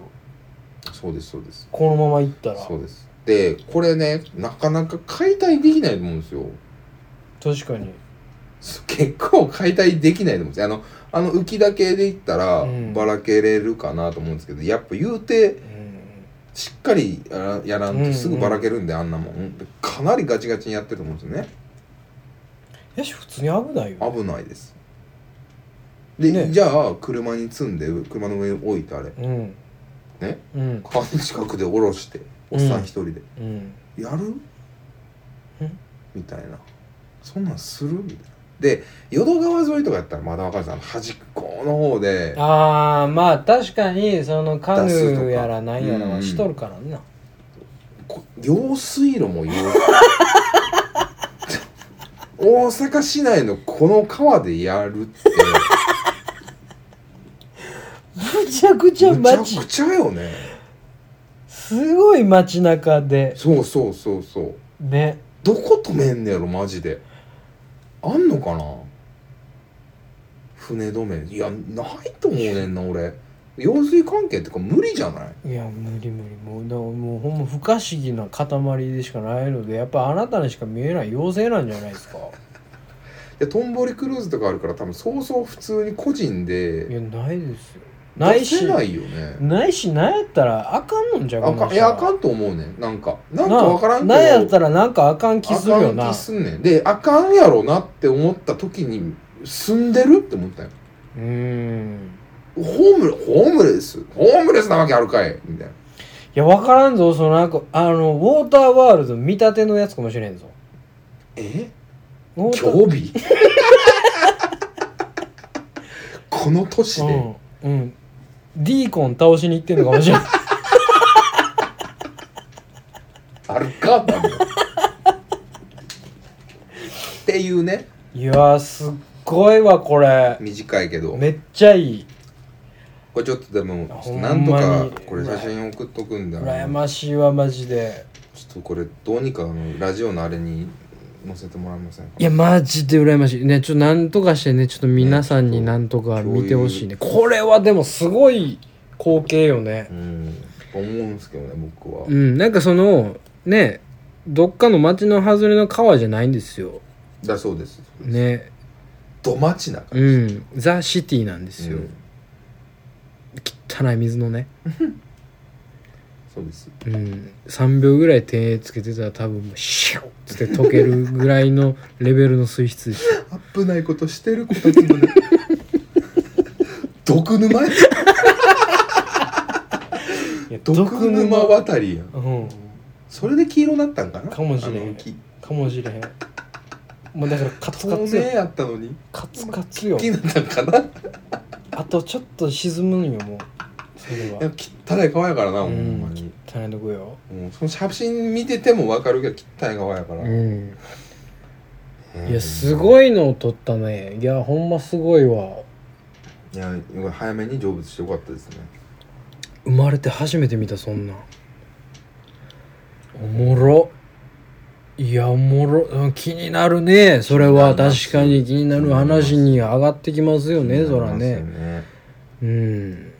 [SPEAKER 1] そうですそうです
[SPEAKER 2] このまま行ったら。
[SPEAKER 1] そうですでこれねなかなか解体できないと思うんですよ
[SPEAKER 2] 確かに。
[SPEAKER 1] 結構解体できないと思うんですよあのあの浮きだけでいったら
[SPEAKER 2] うん
[SPEAKER 1] ばらけれるかなと思うんですけど、やっぱ言うて
[SPEAKER 2] うん。
[SPEAKER 1] しっかりやらやらん
[SPEAKER 2] うんう
[SPEAKER 1] と
[SPEAKER 2] ん
[SPEAKER 1] すぐばらけるんで、あんなもんかなりガチガチにやってると思うんですよね
[SPEAKER 2] やし、普通に危ないよ。
[SPEAKER 1] 危ないですで、
[SPEAKER 2] ね
[SPEAKER 1] じゃあ車に積んで車の上に置いてあれ
[SPEAKER 2] うん。
[SPEAKER 1] ね
[SPEAKER 2] うん。
[SPEAKER 1] 川の近くで降ろしておっさ
[SPEAKER 2] うん
[SPEAKER 1] ん一人で、
[SPEAKER 2] うん。
[SPEAKER 1] やるみたいなそんなんするみたいなで淀川沿いとかやったらまだわかるんですよあの端っこの方で
[SPEAKER 2] ああ、まあ確かに、そのカヌ
[SPEAKER 1] 出すとか
[SPEAKER 2] ーやらなんやら
[SPEAKER 1] うんう
[SPEAKER 2] は
[SPEAKER 1] ん
[SPEAKER 2] しとるから な。
[SPEAKER 1] こ用水路 も用大阪市内のこの川でやるって
[SPEAKER 2] むちゃくちゃ
[SPEAKER 1] むちゃ
[SPEAKER 2] 街
[SPEAKER 1] くちゃよね
[SPEAKER 2] すごい街中で
[SPEAKER 1] そうそうそうそう
[SPEAKER 2] ね
[SPEAKER 1] どこ止めんねやろマジであんのかな船止めいやないと思うねんな俺用水関係ってか無理じゃない
[SPEAKER 2] いや無理無理もうだからもうほんま不可思議な塊でしかないのでやっぱあなたにしか見えない妖精なんじゃないですか
[SPEAKER 1] でトンボリクルーズとかあるから多分そうそう普通に個人
[SPEAKER 2] い
[SPEAKER 1] で
[SPEAKER 2] やないですよない
[SPEAKER 1] 出
[SPEAKER 2] し
[SPEAKER 1] せないよね
[SPEAKER 2] ないしなんやったらあかんのんじゃ
[SPEAKER 1] あかんいやあか
[SPEAKER 2] ん
[SPEAKER 1] んと思うねんなんかな
[SPEAKER 2] なん
[SPEAKER 1] かわからんけど
[SPEAKER 2] なんやったらなんかあかん気するよ
[SPEAKER 1] あかん
[SPEAKER 2] な
[SPEAKER 1] 気すんねんであかんやろなって思った時に住んでるって思ったよ
[SPEAKER 2] うーん
[SPEAKER 1] ホームレホームレスホームレスなわけあるかいみたいない
[SPEAKER 2] やわからんぞそのなんかあのウォーターワールド見立てのやつかもしれんぞ
[SPEAKER 1] え
[SPEAKER 2] ウォーター
[SPEAKER 1] 興味この年で
[SPEAKER 2] うん、うん、ディーコン倒しに行ってんのかもしれん
[SPEAKER 1] あるか多分っていうね
[SPEAKER 2] いやーすっごいわこれ
[SPEAKER 1] 短いけど
[SPEAKER 2] めっちゃいい
[SPEAKER 1] これちょっとでも
[SPEAKER 2] ほんまに
[SPEAKER 1] なんとかこれ写真送っとくんだ
[SPEAKER 2] 羨ましいわマジで
[SPEAKER 1] ちょっとこれどうにかあのラジオのあれに載せてもらえませんか
[SPEAKER 2] いやマジで羨ましいねちょっとなんとかしてねちょっと皆さんになんとか見てほしいねこれはでもすごい光景よね
[SPEAKER 1] うんと思うんですけどね僕は、
[SPEAKER 2] うんなんかそのねどっかの町の外れの川じゃないんですよ
[SPEAKER 1] だそうです
[SPEAKER 2] ね
[SPEAKER 1] どまちな感
[SPEAKER 2] う
[SPEAKER 1] じ
[SPEAKER 2] んザ・シティなんですよ、
[SPEAKER 1] うん
[SPEAKER 2] 汚い水のね、
[SPEAKER 1] そうです
[SPEAKER 2] うん、3秒ぐらい手つけてたら多分シュッつって溶けるぐらいのレベルの水質ですよ
[SPEAKER 1] 危ないことしてる子たちもね毒沼や毒沼渡りやん
[SPEAKER 2] うん
[SPEAKER 1] それで黄色になったんかな
[SPEAKER 2] かもしれん
[SPEAKER 1] あの木
[SPEAKER 2] かもしれへんもうだからカツ
[SPEAKER 1] 透
[SPEAKER 2] カツよ
[SPEAKER 1] 明やったのに
[SPEAKER 2] カツカツよ
[SPEAKER 1] 木になったんかな
[SPEAKER 2] あとちょっと沈むんよもうそれは
[SPEAKER 1] 汚い川やからなほ
[SPEAKER 2] うん
[SPEAKER 1] ま
[SPEAKER 2] ん
[SPEAKER 1] に、
[SPEAKER 2] 汚いとこよ
[SPEAKER 1] うん、その写真見てても分かるけど汚い川やから、
[SPEAKER 2] うん
[SPEAKER 1] うん
[SPEAKER 2] いやすごいのを撮ったねいやほんますごいわ
[SPEAKER 1] いや早めに成仏してよかったですね
[SPEAKER 2] 生まれて初めて見たそんなんおもろいやおもろうん気になるねそれは
[SPEAKER 1] 気になります
[SPEAKER 2] 確かに気になる話に上がってきますよねそら
[SPEAKER 1] そう
[SPEAKER 2] ね
[SPEAKER 1] ですよね
[SPEAKER 2] うん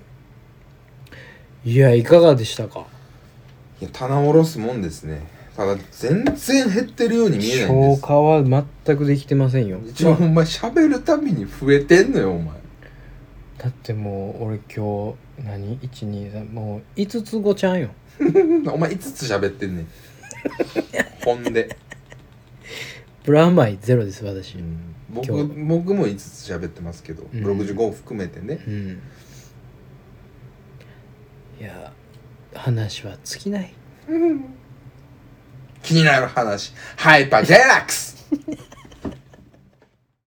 [SPEAKER 2] いやいかがでしたか
[SPEAKER 1] いや棚下ろすもんですねただ全然減ってるように見えないんで
[SPEAKER 2] 消
[SPEAKER 1] す
[SPEAKER 2] 化は全くできてませんよ
[SPEAKER 1] 一応お前喋るたびに増えてんのよお前
[SPEAKER 2] だってもう俺今日何123もう5つ子ちゃんよ
[SPEAKER 1] お前5つ喋ってんねんほんで、
[SPEAKER 2] プラマイゼロです私
[SPEAKER 1] 僕
[SPEAKER 2] 今日
[SPEAKER 1] 僕も5つ喋ってますけど、
[SPEAKER 2] うん
[SPEAKER 1] 65を含めてね
[SPEAKER 2] うんいや話は尽きない
[SPEAKER 1] 気になる話ハイパーデラックス